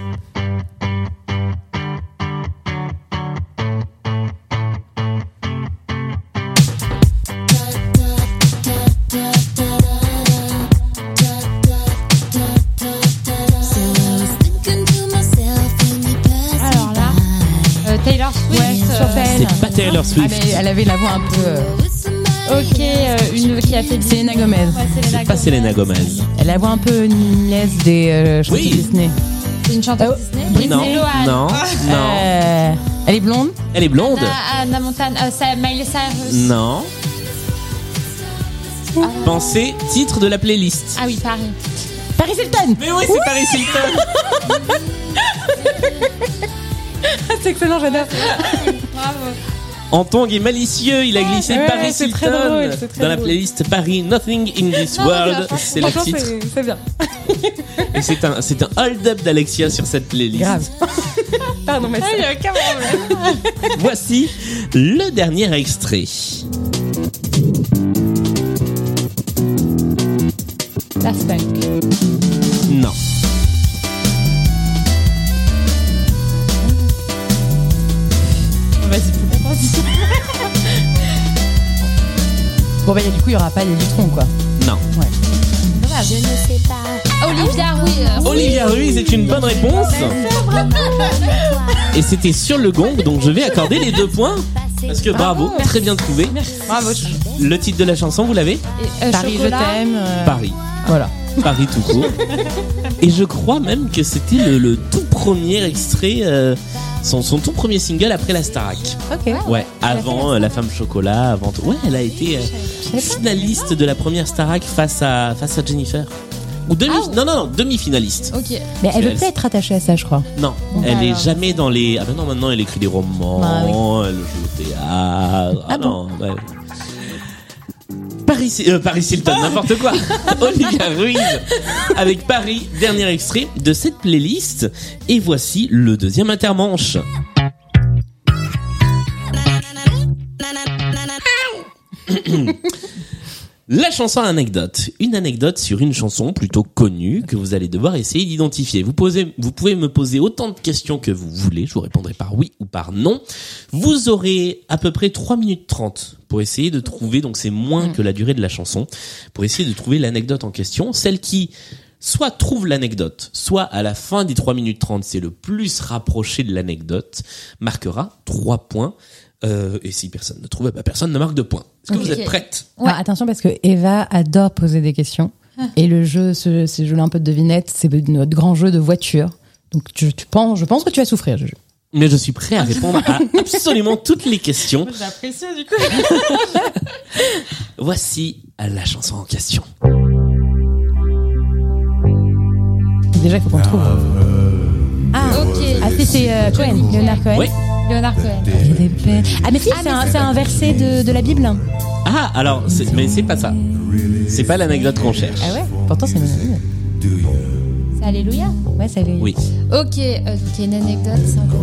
Speaker 2: Taylor Swift.
Speaker 4: Elle, elle avait la voix un peu. euh,
Speaker 3: Ok, euh, une qui a fait
Speaker 4: Selena Gomez.
Speaker 3: Ouais, Selena
Speaker 2: Pas
Speaker 3: Gomez.
Speaker 2: Selena Gomez.
Speaker 4: Elle a la voix un peu Nunez des euh, chanteuses
Speaker 2: Oui.
Speaker 4: Disney.
Speaker 3: C'est une chanteuse Disney.
Speaker 2: Non,
Speaker 3: Lindsay Lohan.
Speaker 2: non, non.
Speaker 4: Euh, elle est blonde.
Speaker 2: Elle est blonde
Speaker 3: Anna, Ah, Anna Montana, euh, Sa- Miley Cyrus.
Speaker 2: Non. Pensez titre de la playlist.
Speaker 3: Ah oui, Paris.
Speaker 4: Paris Hilton.
Speaker 2: Mais oui, c'est Paris Hilton.
Speaker 4: C'est excellent, j'adore.
Speaker 3: Bravo.
Speaker 2: En tong et malicieux, il a glissé
Speaker 4: ouais,
Speaker 2: Paris
Speaker 4: c'est
Speaker 2: Hilton
Speaker 4: très drôle, c'est très
Speaker 2: dans la
Speaker 4: drôle.
Speaker 2: playlist Paris Nothing in This
Speaker 3: Non,
Speaker 2: World.
Speaker 3: franchement,
Speaker 2: C'est le titre.
Speaker 4: c'est bien.
Speaker 2: Et c'est un, c'est un hold-up d'Alexia sur cette playlist.
Speaker 4: Grave. Pardon, mais ça-
Speaker 2: Voici le dernier extrait.
Speaker 3: Daft Punk.
Speaker 2: Non.
Speaker 4: Bon, bah, y a- du coup, il y aura pas les litrons, quoi.
Speaker 2: Non.
Speaker 7: Je ne sais pas.
Speaker 4: Ah
Speaker 3: Olivia, oui. euh,
Speaker 2: Olivia Ruiz est une bonne réponse. Et c'était sur le gong, donc je vais accorder les deux points. Parce que bravo,
Speaker 3: Bravo,
Speaker 2: très bien trouvé.
Speaker 4: Bravo.
Speaker 2: Le titre de la chanson, vous l'avez
Speaker 3: euh,
Speaker 4: Paris,
Speaker 3: Chocolat.
Speaker 4: je t'aime. euh,
Speaker 2: Paris.
Speaker 4: Voilà.
Speaker 2: Paris tout court. Et je crois même que c'était le, le tout premier extrait, euh, son, son tout premier single après la Starac.
Speaker 4: Ok.
Speaker 2: Ouais, avant euh, La Femme Chocolat, avant tout. Ouais, elle a été euh, finaliste de la première Starac face à, face à Jennifer. Ou demi,
Speaker 3: Ah, ou-
Speaker 2: non, non, non, demi-finaliste.
Speaker 3: Ok.
Speaker 4: Mais elle
Speaker 2: Elle-
Speaker 4: veut pas être attachée à ça, je crois.
Speaker 2: Non, elle est jamais dans les. Ah ben non, maintenant elle écrit des romans,
Speaker 4: Ah
Speaker 2: elle joue au théâtre. Ah, non, ouais. Paris, euh, Paris Hilton, n'importe quoi. Olivia Ruiz avec Paris, dernier extrait de cette playlist. Et voici le deuxième intermanche. La chanson à anecdote. Une anecdote sur une chanson plutôt connue que vous allez devoir essayer d'identifier. Vous, posez- vous pouvez me poser autant de questions que vous voulez. Je vous répondrai par oui ou par non. Vous aurez à peu près 3 minutes 30 pour essayer de trouver, donc c'est moins que la durée de la chanson, pour essayer de trouver l'anecdote en question. Celle qui soit trouve l'anecdote, soit à la fin des 3 minutes 30, c'est le plus rapproché de l'anecdote, marquera 3 points. Euh, et si personne ne trouve, eh ben, personne ne marque de points. Est-ce que vous
Speaker 3: Ok.
Speaker 2: êtes prête
Speaker 3: Ouais.
Speaker 4: Alors, attention parce que Eva adore poser des questions. Et le jeu, ce, ce jeu-là un peu de devinette, c'est notre grand jeu de voiture. Donc tu, tu penses, je pense que tu vas souffrir. Juju.
Speaker 2: Mais je suis prêt à répondre à absolument toutes les questions.
Speaker 3: J'apprécie du coup.
Speaker 2: Voici euh, la chanson en question.
Speaker 4: Déjà qu'il faut qu'on trouve. Euh,
Speaker 3: Ah, ok.
Speaker 4: Ah si, c'est euh, Cohen, Leonard Cohen.
Speaker 2: Oui.
Speaker 3: Leonard Cohen.
Speaker 4: Des pe- Ah mais si, c'est un, c'est un verset de, de la Bible.
Speaker 2: Ah, alors, c'est- mais c'est pas ça. C'est pas l'anecdote qu'on cherche.
Speaker 4: Ah ouais Pourtant c'est une
Speaker 3: C'est Alléluia.
Speaker 4: Ouais, ça l'est.
Speaker 2: Oui.
Speaker 3: Ok, euh, donc il y a une anecdote. c'est un peu-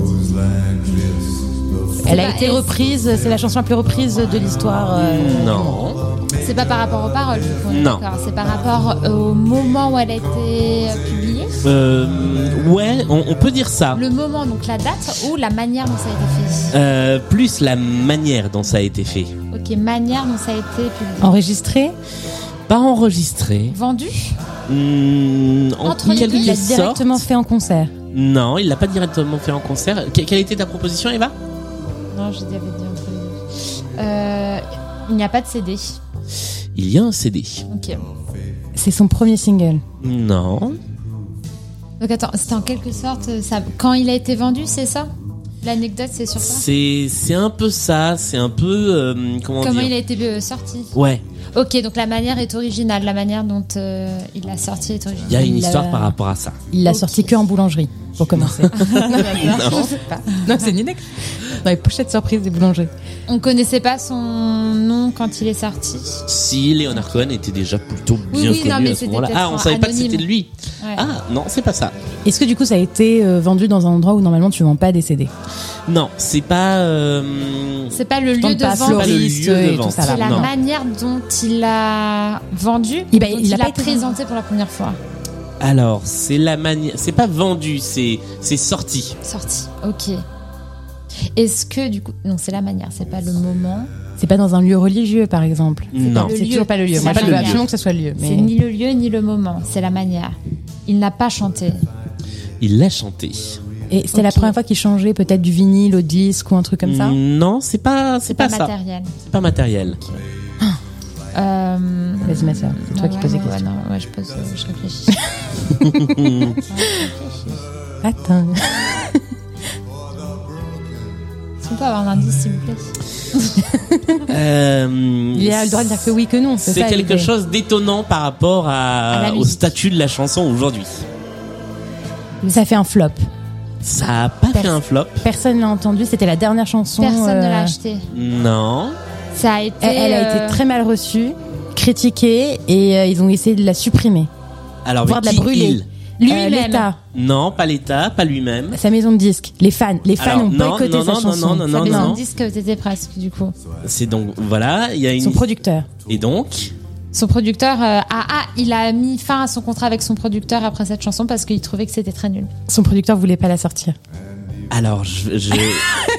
Speaker 4: Elle a
Speaker 3: Bah,
Speaker 4: été
Speaker 3: et-
Speaker 4: reprise, c'est la chanson la plus reprise de l'histoire. euh,
Speaker 2: Non.
Speaker 3: C'est pas par rapport aux paroles, du coup. on est
Speaker 2: Non.
Speaker 3: d'accord. C'est par rapport au moment où elle a été euh, publiée.
Speaker 2: Euh, ouais, on, on peut dire ça.
Speaker 3: Le moment, donc la date ou la manière dont ça a été
Speaker 2: Euh, plus la manière dont ça a été fait.
Speaker 3: fait. Ok, manière dont ça a été publié.
Speaker 4: enregistrée.
Speaker 2: Pas enregistré.
Speaker 3: Vendu
Speaker 2: Hmm, en
Speaker 3: Entre les
Speaker 2: quelque
Speaker 3: deux,
Speaker 4: Il l'a
Speaker 2: sorte.
Speaker 4: directement fait en concert.
Speaker 2: Non, il l'a pas directement fait en concert. Que- quelle était ta proposition, Eva
Speaker 3: Non, je l'avais dit entre les deux. Euh, il n'y a pas de CD.
Speaker 2: Il y a un CD.
Speaker 3: Ok.
Speaker 4: C'est son premier single.
Speaker 2: Non.
Speaker 3: Donc attends, c'était en quelque sorte euh, ça... quand il a été vendu, c'est ça L'anecdote, c'est sur ça
Speaker 2: C'est c'est un peu ça. C'est un peu euh, comment,
Speaker 3: Comment
Speaker 2: dire.
Speaker 3: il a été euh, sorti
Speaker 2: Ouais.
Speaker 3: Ok, donc la manière est originale, la manière dont euh, il l'a sorti est originale.
Speaker 2: Il y a une
Speaker 4: Il
Speaker 2: histoire
Speaker 4: a-
Speaker 2: par rapport à ça.
Speaker 4: Il l'a
Speaker 3: Ok.
Speaker 4: sorti que en boulangerie pour commencer.
Speaker 2: Non.
Speaker 4: non, c'est une idée. Dans les pochettes surprises des boulangers.
Speaker 3: On connaissait pas son nom quand il est sorti.
Speaker 2: Si Leonard Cohen était déjà plutôt
Speaker 3: Oui,
Speaker 2: bien
Speaker 3: oui, non,
Speaker 2: connu
Speaker 3: mais
Speaker 2: à ce
Speaker 3: c'était
Speaker 2: moment-là.
Speaker 3: peut-être
Speaker 2: Ah, on
Speaker 3: un
Speaker 2: savait pas que
Speaker 3: anonyme.
Speaker 2: c'était lui.
Speaker 3: Ouais.
Speaker 2: Ah, non, c'est pas ça.
Speaker 4: Est-ce que du coup ça a été euh, vendu dans un endroit où normalement tu vends pas des CD
Speaker 2: Non, c'est pas. euh,
Speaker 3: C'est pas le lieu
Speaker 4: Tente
Speaker 3: de
Speaker 4: pas à
Speaker 3: vente,
Speaker 2: Floride.
Speaker 4: fleuriste
Speaker 2: Pas le lieu de
Speaker 4: et tout
Speaker 2: vente.
Speaker 4: ça
Speaker 3: c'est
Speaker 4: là.
Speaker 3: la
Speaker 2: Non.
Speaker 3: manière dont il l'a vendu,
Speaker 4: Eh ben,
Speaker 3: dont
Speaker 4: il
Speaker 3: il
Speaker 4: l'a
Speaker 3: l'a
Speaker 4: pas été
Speaker 3: présenté pour la première fois.
Speaker 2: Alors, c'est la manière. C'est pas vendu, c'est c'est sorti.
Speaker 3: Sorti. Ok. Est-ce que du coup, non, c'est la manière, c'est pas le moment.
Speaker 4: C'est pas dans un lieu religieux par exemple.
Speaker 2: Non.
Speaker 3: Le
Speaker 4: C'est
Speaker 3: lieu.
Speaker 4: toujours pas le lieu.
Speaker 3: C'est
Speaker 4: Moi
Speaker 2: pas
Speaker 4: je
Speaker 2: le
Speaker 4: veux
Speaker 2: lieu.
Speaker 4: absolument que ce soit le lieu.
Speaker 3: C'est
Speaker 4: Mais...
Speaker 3: ni le lieu ni le moment, c'est la manière. Il n'a pas chanté.
Speaker 2: Il l'a chanté.
Speaker 4: Et c'était la
Speaker 3: Ok.
Speaker 4: première fois qu'ils changeaient peut-être du vinyle au disque ou un truc comme ça.
Speaker 2: Mm, Non, c'est pas, c'est pas,
Speaker 3: pas
Speaker 2: ça.
Speaker 3: matériel.
Speaker 2: C'est pas matériel.
Speaker 3: Euh,
Speaker 4: Vas-y, ma sœur, c'est toi qui
Speaker 3: ouais,
Speaker 4: poses les
Speaker 3: ouais,
Speaker 4: questions.
Speaker 3: ouais, non, ouais, je pose, euh, je réfléchis.
Speaker 4: Attends.
Speaker 3: Est-ce qu'on peut avoir un indice, s'il vous plaît
Speaker 2: Euh,
Speaker 4: Il a le droit de dire que oui, que non. C'est
Speaker 2: C'est
Speaker 4: ça,
Speaker 2: quelque
Speaker 4: l'idée.
Speaker 2: chose d'étonnant par rapport
Speaker 4: À la
Speaker 2: à, au
Speaker 4: musique.
Speaker 2: statut de la chanson aujourd'hui.
Speaker 4: Ça fait un flop.
Speaker 2: Ça a pas fait
Speaker 4: Personne.
Speaker 2: un flop.
Speaker 4: Personne l'a entendu. C'était la dernière chanson.
Speaker 3: Personne
Speaker 4: euh,
Speaker 3: ne l'a acheté.
Speaker 2: Non.
Speaker 3: Ça a été.
Speaker 4: Elle, elle a
Speaker 3: euh,
Speaker 4: été très mal reçue, critiquée, et euh, ils ont essayé de la supprimer.
Speaker 2: Alors,
Speaker 4: Voire de
Speaker 2: Ah, mais
Speaker 4: la
Speaker 2: qui
Speaker 4: brûler.
Speaker 2: il
Speaker 4: Euh,
Speaker 3: Lui-même.
Speaker 4: L'État,
Speaker 2: Non, pas l'État, pas lui-même.
Speaker 4: sa maison de disques, les fans, les fans
Speaker 2: Alors,
Speaker 4: ont
Speaker 2: non,
Speaker 4: boycotté
Speaker 2: non,
Speaker 4: sa
Speaker 2: non, non,
Speaker 4: chanson.
Speaker 2: non, non,
Speaker 4: Sa
Speaker 2: non,
Speaker 3: Mais
Speaker 4: maison
Speaker 3: on
Speaker 4: de
Speaker 2: non.
Speaker 3: dit ce que t'étais presque, du coup.
Speaker 2: C'est donc voilà, il y a
Speaker 4: disques, Son
Speaker 2: une
Speaker 4: producteur.
Speaker 2: et donc
Speaker 3: Son producteur, euh, ah, ah, il a mis fin à son contrat avec son producteur après cette chanson parce qu'il trouvait que c'était très nul.
Speaker 4: Son producteur voulait pas la sortir.
Speaker 2: alors je, je-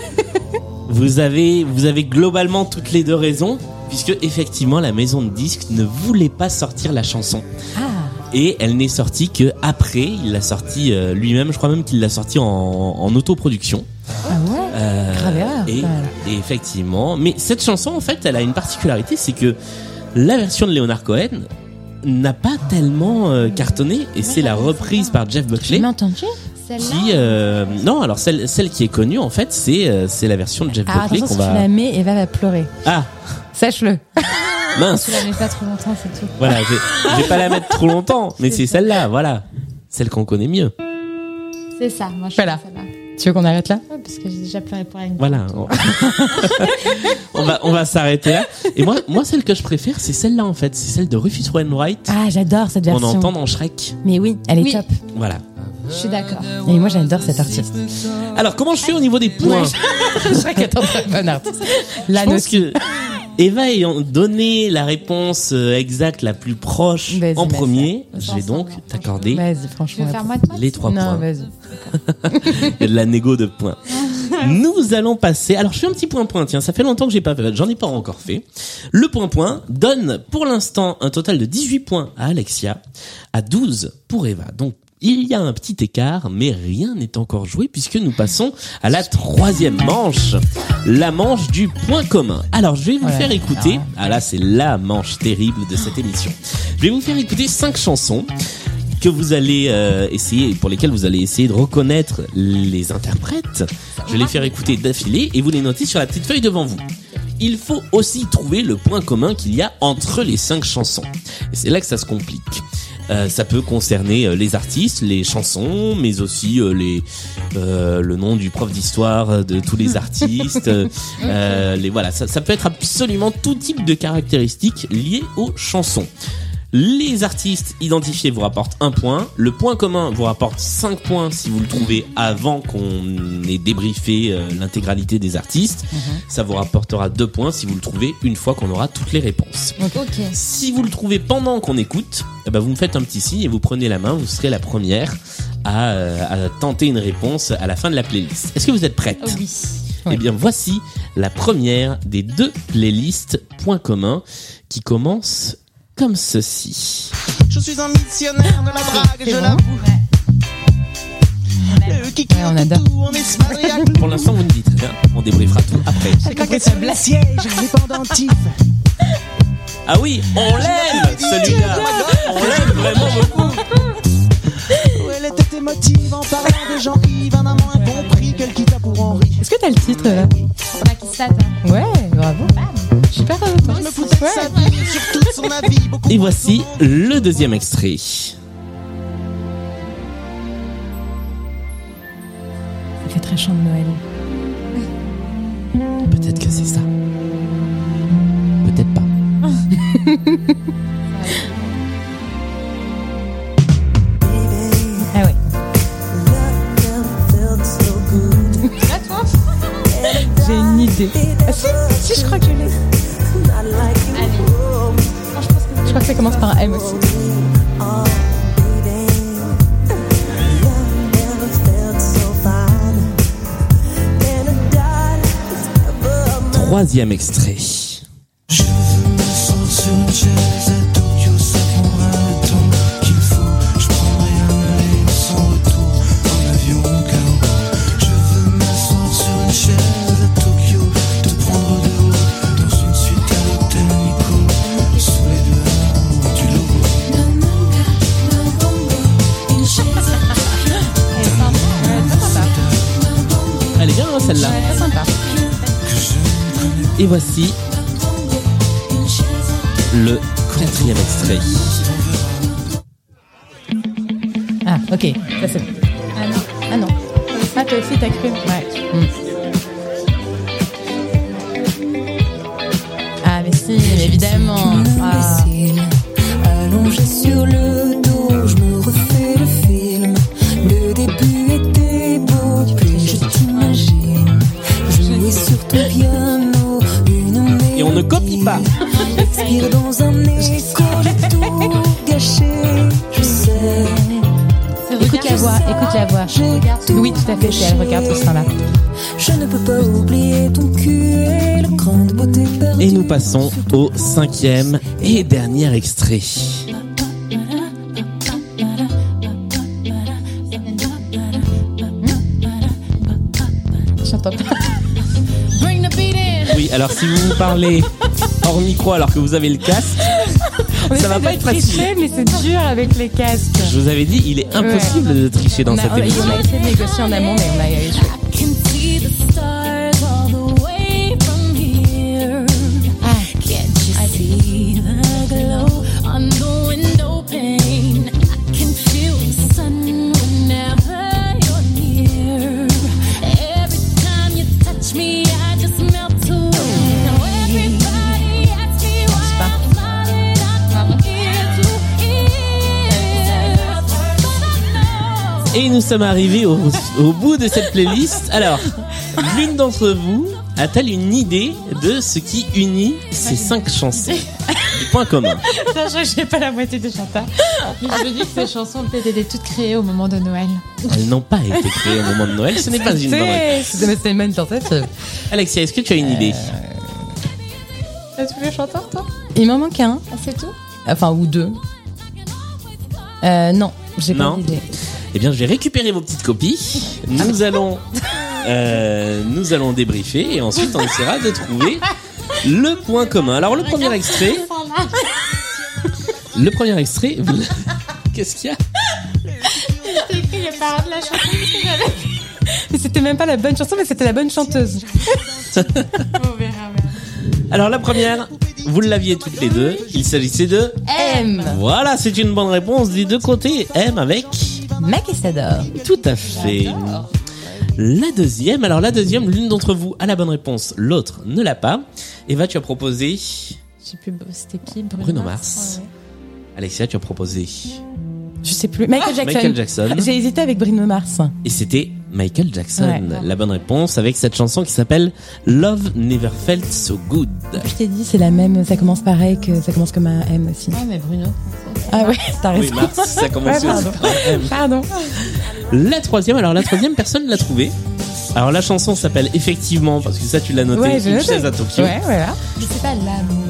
Speaker 2: vous avez vous avez globalement toutes les deux raisons puisque effectivement la maison de disques ne voulait pas sortir la chanson
Speaker 4: Ah,
Speaker 2: et elle n'est sortie que après, il l'a sortie euh, lui-même, je crois même qu'il l'a sortie en, en autoproduction.
Speaker 4: Ah ouais
Speaker 2: Euh,
Speaker 4: Grave erreur,
Speaker 2: et,
Speaker 4: quand même.
Speaker 2: et effectivement, mais cette chanson en fait, elle a une particularité, c'est que la version de Leonard Cohen n'a pas tellement euh, cartonné et c'est la reprise par Jeff
Speaker 4: Tu
Speaker 2: Buckley
Speaker 4: m'as entendu
Speaker 3: Celle-là,
Speaker 2: qui euh, non alors celle celle qui est connue en fait c'est euh, c'est la version de Jeff
Speaker 4: Ah,
Speaker 2: Buckley
Speaker 4: attention,
Speaker 2: qu'on
Speaker 4: si tu
Speaker 2: va
Speaker 4: la mets, Eva va pleurer.
Speaker 2: ah
Speaker 4: Sache-le.
Speaker 2: mince
Speaker 3: tu la mets pas trop longtemps, c'est tout.
Speaker 2: voilà je je vais pas la mettre trop longtemps mais c'est celle-là voilà celle qu'on connaît mieux
Speaker 3: C'est ça, moi je
Speaker 4: Voilà.
Speaker 3: fais celle-là.
Speaker 4: Tu veux qu'on arrête là
Speaker 3: Ouais, parce que j'ai déjà pleuré pour elle.
Speaker 2: Voilà. On- on va, on va s'arrêter là. Et moi, moi, celle que je préfère, c'est celle-là, en fait. C'est celle de Rufus Wainwright.
Speaker 4: Ah, j'adore cette
Speaker 2: qu'on
Speaker 4: version.
Speaker 2: entend dans Shrek.
Speaker 4: Mais oui, elle est
Speaker 3: Oui.
Speaker 4: top.
Speaker 2: Voilà.
Speaker 3: Je
Speaker 2: Euh,
Speaker 3: suis d'accord.
Speaker 4: Et moi, j'adore cette artiste.
Speaker 2: Alors, comment je fais au niveau des points?
Speaker 4: Shrek est un très bon artiste. La
Speaker 2: Je pense que Eva ayant donné la réponse euh, exacte la plus proche
Speaker 4: Vas-y,
Speaker 2: en
Speaker 4: ma
Speaker 2: premier, je
Speaker 3: sœur.
Speaker 2: vais donc t'accorder
Speaker 4: Vas-y,
Speaker 3: Tu veux
Speaker 4: franchement.
Speaker 3: faire moi de moi
Speaker 2: les trois
Speaker 4: Non,
Speaker 2: points.
Speaker 4: vas-y.
Speaker 2: Il y a de la négo de points. Nous allons passer. Alors, je fais un petit point-point. Tiens, ça fait longtemps que j'ai pas fait. J'en ai pas encore fait. Le point-point donne pour l'instant un total de 18 points à Alexia, à 12 pour Eva. Donc, il y a un petit écart, mais rien n'est encore joué puisque nous passons à la troisième manche. La manche du point commun. Alors, je vais vous
Speaker 4: Oh là
Speaker 2: faire
Speaker 4: là.
Speaker 2: écouter. Ah là, c'est la manche terrible de cette émission. Je vais vous faire écouter cinq chansons que vous allez euh, essayer, pour lesquelles vous allez essayer de reconnaître les interprètes. Je vais les faire écouter d'affilée et vous les notez sur la petite feuille devant vous. Il faut aussi trouver le point commun qu'il y a entre les cinq chansons. Et c'est là que ça se complique. Euh, ça peut concerner euh, les artistes, les chansons, mais aussi euh, les euh, le nom du prof d'histoire euh, de tous les artistes. euh, euh, les voilà, ça, ça peut être absolument tout type de caractéristiques liées aux chansons. Les artistes identifiés vous rapportent un point. Le point commun vous rapporte 5 points si vous le trouvez avant qu'on ait débriefé euh, l'intégralité des artistes. Ça vous rapportera 2 points si vous le trouvez une fois qu'on aura toutes les réponses.
Speaker 3: Ok.
Speaker 2: Si vous le trouvez pendant qu'on écoute, eh ben vous me faites un petit signe et vous prenez la main. Vous serez la première à, euh, à tenter une réponse à la fin de la playlist. Est-ce que vous êtes prête
Speaker 3: Oh oui.
Speaker 2: eh bien, voici la première des deux playlists points communs qui commence comme ceci.
Speaker 5: Je suis un missionnaire de la drague, je l'avoue. Le kiki,
Speaker 4: Ouais, on
Speaker 5: on
Speaker 4: adore.
Speaker 5: tout, on est smariac,
Speaker 2: Pour l'instant, vous me dites rien. On débriefera tout après.
Speaker 5: j'ai claqué sur le siège, pendentif.
Speaker 2: Ah oui, on l'aime celui-là. On l'aime vraiment beaucoup.
Speaker 5: Où elle était émotive en parlant de Jean-Yves, un amant, un bon prix, qu'elle quitta pour Henri.
Speaker 4: Est-ce que t'as le titre là
Speaker 3: Macky Sall, hein.
Speaker 4: Ouais, bravo. Je suis pas
Speaker 5: Je me foutais de sa vie, et surtout de son avis. Beaucoup
Speaker 2: Et voici le deuxième extrait.
Speaker 4: Ça fait très chant de Noël.
Speaker 2: Peut-être que c'est ça. Peut-être pas.
Speaker 4: Ah ouais.
Speaker 3: Tu l'as, toi
Speaker 4: J'ai une idée. Ah, si, si, je crois que je l'ai. Je crois que ça commence par un M aussi.
Speaker 2: Troisième extrait. hein, celle-là.
Speaker 3: Très sympa.
Speaker 2: Et voici le quatrième extrait.
Speaker 4: Ah, ok. Ça, c'est bon.
Speaker 3: Ah non.
Speaker 4: Ah non.
Speaker 9: Ah, toi aussi, t'as cru. Ouais.
Speaker 4: Hmm. Ah, mais si, mais évidemment. Ah.
Speaker 10: Allongé sur le dos, je me refais le film. Le début était beau, puis je t'imagine. Jouer sur ton piano, une mélodie.
Speaker 2: Et on ne copie pas.
Speaker 10: Expire dans un écho, j'ai tout gâché. Je sais,
Speaker 4: Écoute la voix, écoute la voix.
Speaker 10: j'ai tout
Speaker 4: Oui, tout à fait, c'est elle, regarde tout ce temps-là.
Speaker 10: Je ne peux pas oublier ton cul et le grain de beauté perdu.
Speaker 2: Et nous passons au cinquième et dernier extrait.
Speaker 9: J'entends pas. Bring the beat in.
Speaker 2: Oui, alors si vous parlez hors micro alors que vous avez le casque, ça va pas être facile.
Speaker 9: mais c'est dur avec les casques.
Speaker 2: Je vous avais dit, il est impossible de tricher dans
Speaker 4: Bah
Speaker 9: On a,
Speaker 2: cette
Speaker 9: on a-
Speaker 2: émission.
Speaker 9: on a essayé de négocier en amont, mais on a échoué.
Speaker 10: Can see the stars all the way from here.
Speaker 4: Ah.
Speaker 10: Can't you see the glow on the window pane? I can feel the sun whenever you're near. Every time you touch me, I just melt away. Now everybody asks me why I'm flying out from ear to ear. But I know.
Speaker 2: Et nous sommes arrivés au, au bout de cette playlist. Alors, l'une d'entre vous a-t-elle une idée de ce qui unit ces cinq chansons Du point commun.
Speaker 3: Non, je j'ai pas la moitié des chanteurs. Mais je me dis que ces chansons peut-être étaient toutes créées au moment de Noël.
Speaker 2: Elles n'ont pas été créées au moment de Noël, ce n'est pas une bonne réponse.
Speaker 4: C'est une bonne tentative.
Speaker 2: Alexia, est-ce que tu as une idée
Speaker 9: T'as tous les chanteurs, toi
Speaker 4: Il m'en manque un.
Speaker 3: Ah, c'est tout
Speaker 4: Enfin, ou deux. Euh, non, j'ai pas
Speaker 2: Non.
Speaker 4: d'idée.
Speaker 2: Eh bien, je vais récupérer vos petites copies. Nous allons, euh, nous allons débriefer et ensuite on essaiera de trouver le point commun. Alors, le premier extrait. Le premier extrait. vous- Qu'est-ce qu'il y a
Speaker 4: Mais c'était même pas la bonne chanson, mais c'était la bonne chanteuse.
Speaker 2: Alors, la première, vous l'aviez toutes les deux. Il s'agissait de.
Speaker 4: M.
Speaker 2: Voilà, c'est une bonne réponse des deux côtés. M avec.
Speaker 4: Mac et Sador.
Speaker 2: Tout à fait. La deuxième, alors la deuxième, l'une d'entre vous a la bonne réponse, l'autre ne l'a pas. Eva, tu as proposé
Speaker 9: Je sais plus, c'était qui Bruno,
Speaker 2: Bruno Mars. Alexia, tu as proposé
Speaker 4: Je sais plus. Michael Jackson.
Speaker 2: Ah, Michael Jackson.
Speaker 4: J'ai hésité avec Bruno Mars.
Speaker 2: Et c'était Michael Jackson.
Speaker 4: Ouais.
Speaker 2: La bonne réponse avec cette chanson qui s'appelle Love Never Felt So Good.
Speaker 4: Je t'ai dit, c'est la même. Ça commence pareil que ça commence comme un M aussi.
Speaker 3: Ah, mais Bruno.
Speaker 4: Ah ouais, t'as
Speaker 2: Oui,
Speaker 4: raison.
Speaker 2: Mars, ça commence
Speaker 4: Ouais, pardon.
Speaker 2: aussi par M.
Speaker 4: Pardon.
Speaker 2: La troisième, alors la troisième, personne ne l'a trouvée. Alors la chanson s'appelle effectivement, parce que ça tu l'as noté,
Speaker 4: Ouais, je
Speaker 2: Une
Speaker 4: noté.
Speaker 2: chaise à Tokyo.
Speaker 4: Ouais, voilà.
Speaker 3: Mais c'est pas l'amour.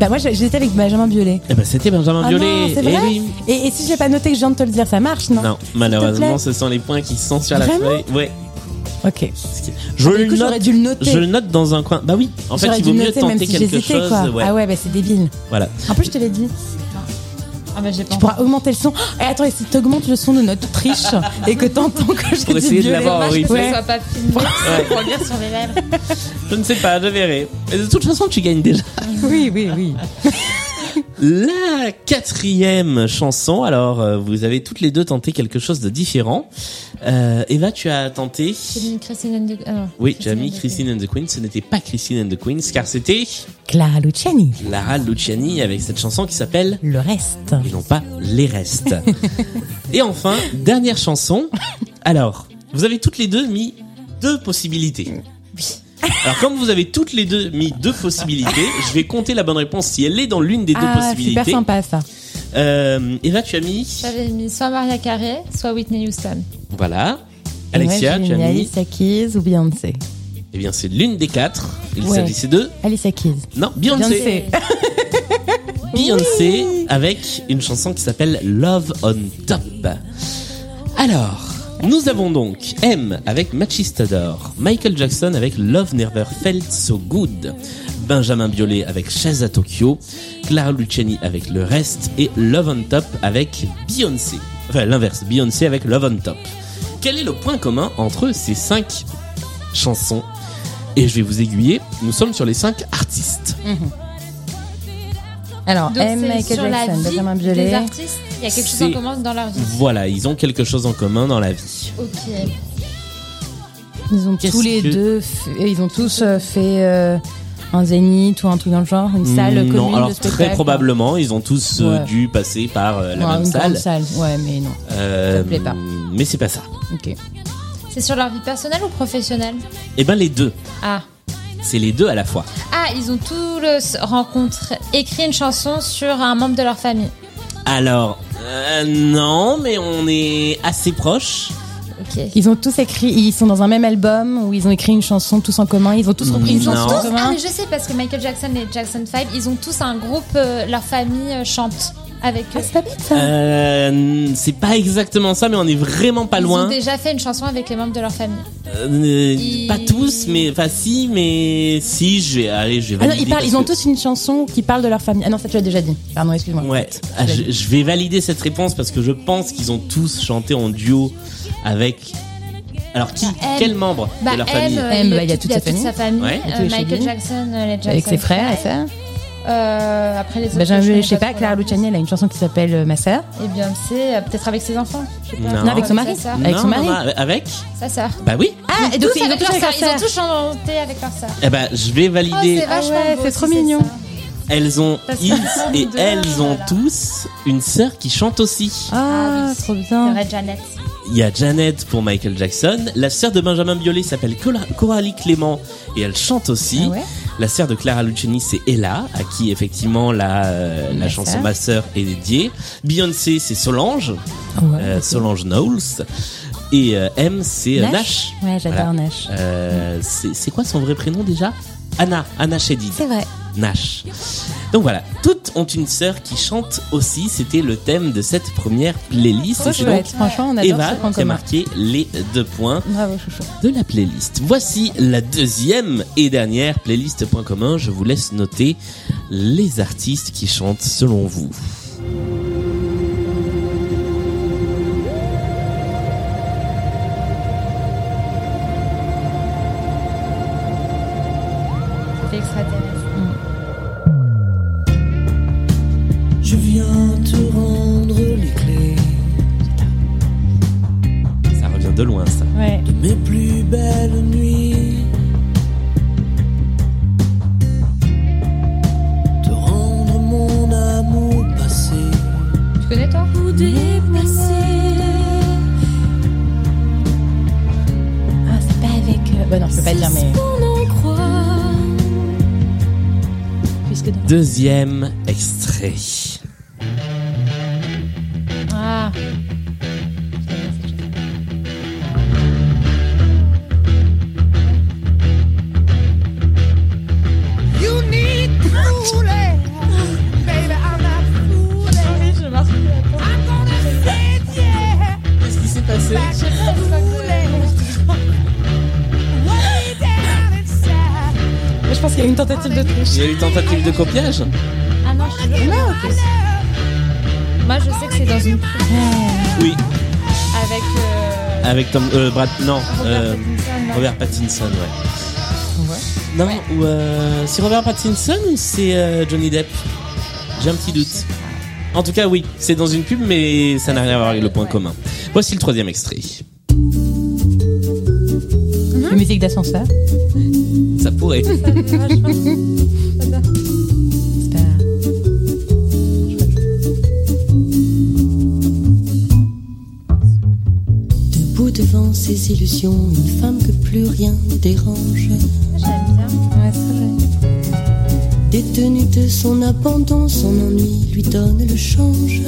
Speaker 4: Bah moi, j'ai- j'étais avec Benjamin Biolay.
Speaker 2: Et ben c'était Benjamin
Speaker 4: Ah
Speaker 2: Biolay.
Speaker 4: non, c'est
Speaker 2: Eh
Speaker 4: vrai
Speaker 2: oui.
Speaker 4: Et, et si j'ai pas noté que je viens de te le dire, ça marche, non
Speaker 2: Non,
Speaker 4: S'il te
Speaker 2: malheureusement,
Speaker 4: plaît.
Speaker 2: ce sont les points qui sont sur la
Speaker 4: Vraiment
Speaker 2: feuille. Ouais.
Speaker 4: Ok.
Speaker 2: Je
Speaker 4: Du
Speaker 2: le
Speaker 4: coup, j'aurais
Speaker 2: note.
Speaker 4: dû le noter.
Speaker 2: Je le note dans un coin. Bah oui, en fait,
Speaker 4: J'aurais
Speaker 2: il
Speaker 4: dû
Speaker 2: vaut
Speaker 4: le
Speaker 2: mieux
Speaker 4: noter même
Speaker 2: tenter
Speaker 4: si
Speaker 2: quelque
Speaker 4: j'hésitais,
Speaker 2: chose.
Speaker 4: quoi.
Speaker 2: ouais,
Speaker 4: Ah ouais, bah c'est débile.
Speaker 2: Voilà.
Speaker 4: En plus, je te l'ai dit.
Speaker 3: Ah, bah j'ai pas
Speaker 4: Tu pourras augmenter le son. Et attends, et si t'augmentes le son de notre triche et que t'entends que je
Speaker 2: Pour
Speaker 4: te dis
Speaker 2: essayer de
Speaker 4: Biolay,
Speaker 2: l'avoir en
Speaker 4: ouais.
Speaker 2: replay.
Speaker 3: Soit pas filmé,
Speaker 2: Oh, Ouais.
Speaker 3: pour lire sur les lèvres.
Speaker 2: Je ne sais pas, je verrai. Mais de toute façon, tu gagnes déjà.
Speaker 4: Oui, oui, oui.
Speaker 2: La quatrième chanson. Alors, euh, vous avez toutes les deux tenté quelque chose de différent. Euh, Eva, tu as tenté.
Speaker 3: J'ai mis Christine and the- ah non,
Speaker 2: Oui, tu as mis
Speaker 3: and the-
Speaker 2: Christine and the Queens. Ce n'était pas Christine and the Queens, car c'était
Speaker 4: Clara Luciani,
Speaker 2: Lara Luciani avec cette chanson qui s'appelle
Speaker 4: le reste.
Speaker 2: et non pas les restes. et enfin, dernière chanson. Alors, vous avez toutes les deux mis deux possibilités. Alors, comme vous avez toutes les deux mis deux possibilités, je vais compter la bonne réponse si elle est dans l'une des deux
Speaker 4: Ah, super
Speaker 2: possibilités.
Speaker 4: sympa ça.
Speaker 2: Euh, Eva, tu as mis.
Speaker 3: J'avais mis soit Maria Carey, soit Whitney Houston.
Speaker 2: Voilà. Alexia,
Speaker 4: Ouais,
Speaker 2: tu
Speaker 4: j'ai
Speaker 2: as
Speaker 4: mis
Speaker 2: mis.
Speaker 4: Alicia Keys ou Beyoncé
Speaker 2: Eh bien, c'est l'une des quatre. Il
Speaker 4: Ouais.
Speaker 2: s'agissait de.
Speaker 4: Alicia Keys.
Speaker 2: Non, Beyoncé.
Speaker 4: Beyoncé.
Speaker 2: Beyoncé avec une chanson qui s'appelle Love on Top. Alors, nous avons donc M avec Machistador, Michael Jackson avec Love Never Felt So Good, Benjamin Biolay avec Chaise à Tokyo, Clara Luciani avec Le Reste et Love on Top avec Beyoncé. Enfin, l'inverse, Beyoncé avec Love on Top. Quel est le point commun entre ces cinq chansons. Et je vais vous aiguiller. Nous sommes sur les cinq artistes.
Speaker 4: Alors,
Speaker 3: Donc,
Speaker 4: M.
Speaker 3: c'est
Speaker 4: Michael
Speaker 3: sur la
Speaker 4: Jackson,
Speaker 3: vie
Speaker 4: Benjamin Biolay.
Speaker 3: Des artistes, il y a quelque chose en
Speaker 2: C'est-
Speaker 3: commun dans leur vie.
Speaker 2: Voilà, ils ont quelque chose en commun dans la vie.
Speaker 3: Ok.
Speaker 4: Ils ont
Speaker 2: Qu'est-ce
Speaker 4: tous les
Speaker 2: que-
Speaker 4: deux, fait- ils ont tous euh, fait euh, un zénith ou un truc dans le genre, une salle
Speaker 2: Mm,
Speaker 4: commune
Speaker 2: non, alors
Speaker 4: de
Speaker 2: très
Speaker 4: spectacle.
Speaker 2: probablement, ils ont tous euh,
Speaker 4: Ouais.
Speaker 2: dû passer par euh, la
Speaker 4: Ouais,
Speaker 2: même
Speaker 4: une
Speaker 2: salle.
Speaker 4: grande salle. Ouais, mais non.
Speaker 2: Euh,
Speaker 4: Ça me plaît pas.
Speaker 2: Mais c'est pas ça.
Speaker 4: Ok.
Speaker 3: C'est sur leur vie personnelle ou professionnelle
Speaker 2: Eh ben les deux,
Speaker 3: Ah.
Speaker 2: c'est les deux à la fois.
Speaker 3: Ah, ils ont tous rencontré, écrit une chanson sur un membre de leur famille.
Speaker 2: Alors euh, non, mais on est assez proches.
Speaker 3: Ok.
Speaker 4: Ils ont tous écrit, ils sont dans un même album où ils ont écrit une chanson tous en commun. Ils ont tous repris une
Speaker 2: Non.
Speaker 4: chanson en
Speaker 3: Tous Ah,
Speaker 4: commun.
Speaker 3: mais je sais parce que Michael Jackson et Jackson 5, ils ont tous un groupe, euh, leur famille euh, chante avec
Speaker 2: Ah,
Speaker 3: eux.
Speaker 4: C'est pas bête ça.
Speaker 2: Euh, c'est pas exactement ça, mais on est vraiment pas
Speaker 3: ils ont
Speaker 2: loin.
Speaker 3: déjà fait une chanson avec les membres de leur famille.
Speaker 2: Euh,
Speaker 3: Ils-
Speaker 2: Pas tous, mais enfin si, mais si, je vais aller, je vais
Speaker 4: Ah non,
Speaker 2: valider.
Speaker 4: ils, parlent,
Speaker 2: parce
Speaker 4: ils ont
Speaker 2: que-
Speaker 4: tous une chanson qui parle de leur famille. Ah non, ça tu l'as déjà dit. Pardon, excuse-moi.
Speaker 2: Ouais, ah, je, je vais valider cette réponse parce que je pense qu'ils ont tous chanté en duo avec. Alors qui,
Speaker 3: elle.
Speaker 2: quel membre
Speaker 3: Bah,
Speaker 2: de leur
Speaker 3: M,
Speaker 2: famille
Speaker 3: euh,
Speaker 4: M, bah, il y a
Speaker 3: tout-
Speaker 4: toute sa famille.
Speaker 3: sa famille.
Speaker 2: Ouais.
Speaker 3: Euh,
Speaker 4: Tous les
Speaker 3: Michael
Speaker 4: Chevy.
Speaker 3: Jackson, euh, les Jackson
Speaker 4: Avec ses frères et
Speaker 3: Five.
Speaker 4: ça.
Speaker 3: Euh, après les autres.
Speaker 4: Benjamin
Speaker 3: je
Speaker 4: Biolay,
Speaker 3: connais
Speaker 4: je sais pas,
Speaker 3: trop
Speaker 4: Clara
Speaker 3: leur
Speaker 4: Luciani, elle a une chanson qui s'aelle euh, Ma sœur.
Speaker 3: nom. Et Beyoncé, euh, peut-être avec ses enfants. je sais pas.
Speaker 2: Non. Non,
Speaker 4: Non, avec son mari.
Speaker 3: Sa sœur.
Speaker 4: Avec son
Speaker 2: Non, non,
Speaker 4: mari.
Speaker 2: non, avec
Speaker 3: Sa sœur.
Speaker 2: Bah oui.
Speaker 4: Ah, et donc
Speaker 3: Tous
Speaker 4: ils ont
Speaker 3: avec
Speaker 4: tous
Speaker 3: leur
Speaker 4: avec
Speaker 3: sœur.
Speaker 4: leur
Speaker 3: Ils ont
Speaker 4: sœur.
Speaker 3: tous chanté avec leur sœur.
Speaker 2: Eh ben, je vais
Speaker 3: Oh, c'est
Speaker 2: valider.
Speaker 3: vachement
Speaker 4: Ah ouais,
Speaker 3: beau
Speaker 4: c'est
Speaker 3: si
Speaker 4: trop mignon.
Speaker 3: ça.
Speaker 2: Elles ont
Speaker 3: Parce que
Speaker 2: ils
Speaker 3: c'est
Speaker 2: et
Speaker 3: deux,
Speaker 2: elles ont
Speaker 3: voilà.
Speaker 2: tous une sœur qui chante aussi.
Speaker 4: Ah,
Speaker 3: Ah oui.
Speaker 4: trop
Speaker 3: C'est
Speaker 4: bien.
Speaker 3: vrai, Janet.
Speaker 2: Il y a Janet pour Michael Jackson. La sœur de Benjamin Biolay s'appelle Cola- Coralie Clément et elle chante aussi.
Speaker 4: Ah ouais
Speaker 2: La sœur de Clara Luciani, c'est Ella, à qui effectivement la, euh, la
Speaker 4: Ma
Speaker 2: chanson
Speaker 4: sœur.
Speaker 2: Ma sœur est dédiée. Beyoncé, c'est Solange,
Speaker 4: Ouais.
Speaker 2: euh, Solange Knowles. Et euh, M, c'est euh, Nash.
Speaker 4: Ouais, j'adore
Speaker 2: Voilà.
Speaker 4: Nash.
Speaker 2: Euh, c'est c'est quoi son vrai prénom déjà Anna, Anna Shedid.
Speaker 4: C'est vrai.
Speaker 2: Nash. Donc voilà, toutes ont une sœur qui chante aussi. C'était le thème de cette première playlist.
Speaker 4: Trop
Speaker 2: Et c'est donc
Speaker 4: chouette. Franchement, on adore
Speaker 2: Eva
Speaker 4: ce
Speaker 2: qui
Speaker 4: point
Speaker 2: a
Speaker 4: commun.
Speaker 2: marqué les deux points
Speaker 4: Bravo, chouchou.
Speaker 2: de la playlist. Voici la deuxième et dernière playlist point commun. Je vous laisse noter les artistes qui chantent selon vous.
Speaker 3: C'est extraterrestre.
Speaker 5: Je viens te rendre les clés
Speaker 2: Ça revient de loin, ça.
Speaker 4: Ouais.
Speaker 5: de mes plus belles nuits. Te rendre mon amour passé.
Speaker 3: Tu connais toi
Speaker 10: Pour dépasser
Speaker 4: Ah, c'est pas avec. euh, Bah non, je peux pas dire, mais.
Speaker 10: On en croit.
Speaker 4: Puisque dans-
Speaker 2: Deuxième extrait.
Speaker 3: Ah.
Speaker 6: You need fooling. Baby, I'm not fooling. I'm gonna say it, yeah.
Speaker 2: Qu'est-ce qui s'est passé
Speaker 6: Back to fooling. Way down inside.
Speaker 4: Je pense qu'il y a une tentative de triche.
Speaker 2: Il y a eu tentative de copiage
Speaker 3: Ah non, je te jure. Moi, je sais que c'est dans une pub
Speaker 2: Oui,
Speaker 3: avec. euh,
Speaker 2: avec Tom. Euh, Brad. Non, euh,
Speaker 3: Robert
Speaker 2: Robert Pattinson, ouais. Non, ou. euh, c'est Robert Pattinson ou c'est euh, Johnny Depp J'ai un petit doute. En tout cas, oui, c'est dans une pub, mais ça n'a rien à voir avec le point commun. Voici le troisième extrait.
Speaker 4: La musique d'ascenseur.
Speaker 2: Ça pourrait.
Speaker 4: C'est pas-
Speaker 5: Debout devant ces illusions, une femme que plus rien ne dérange.
Speaker 3: J'aime bien.
Speaker 4: Ouais, c'est vrai.
Speaker 5: Détenue de son abandon, son ennui lui donne le change.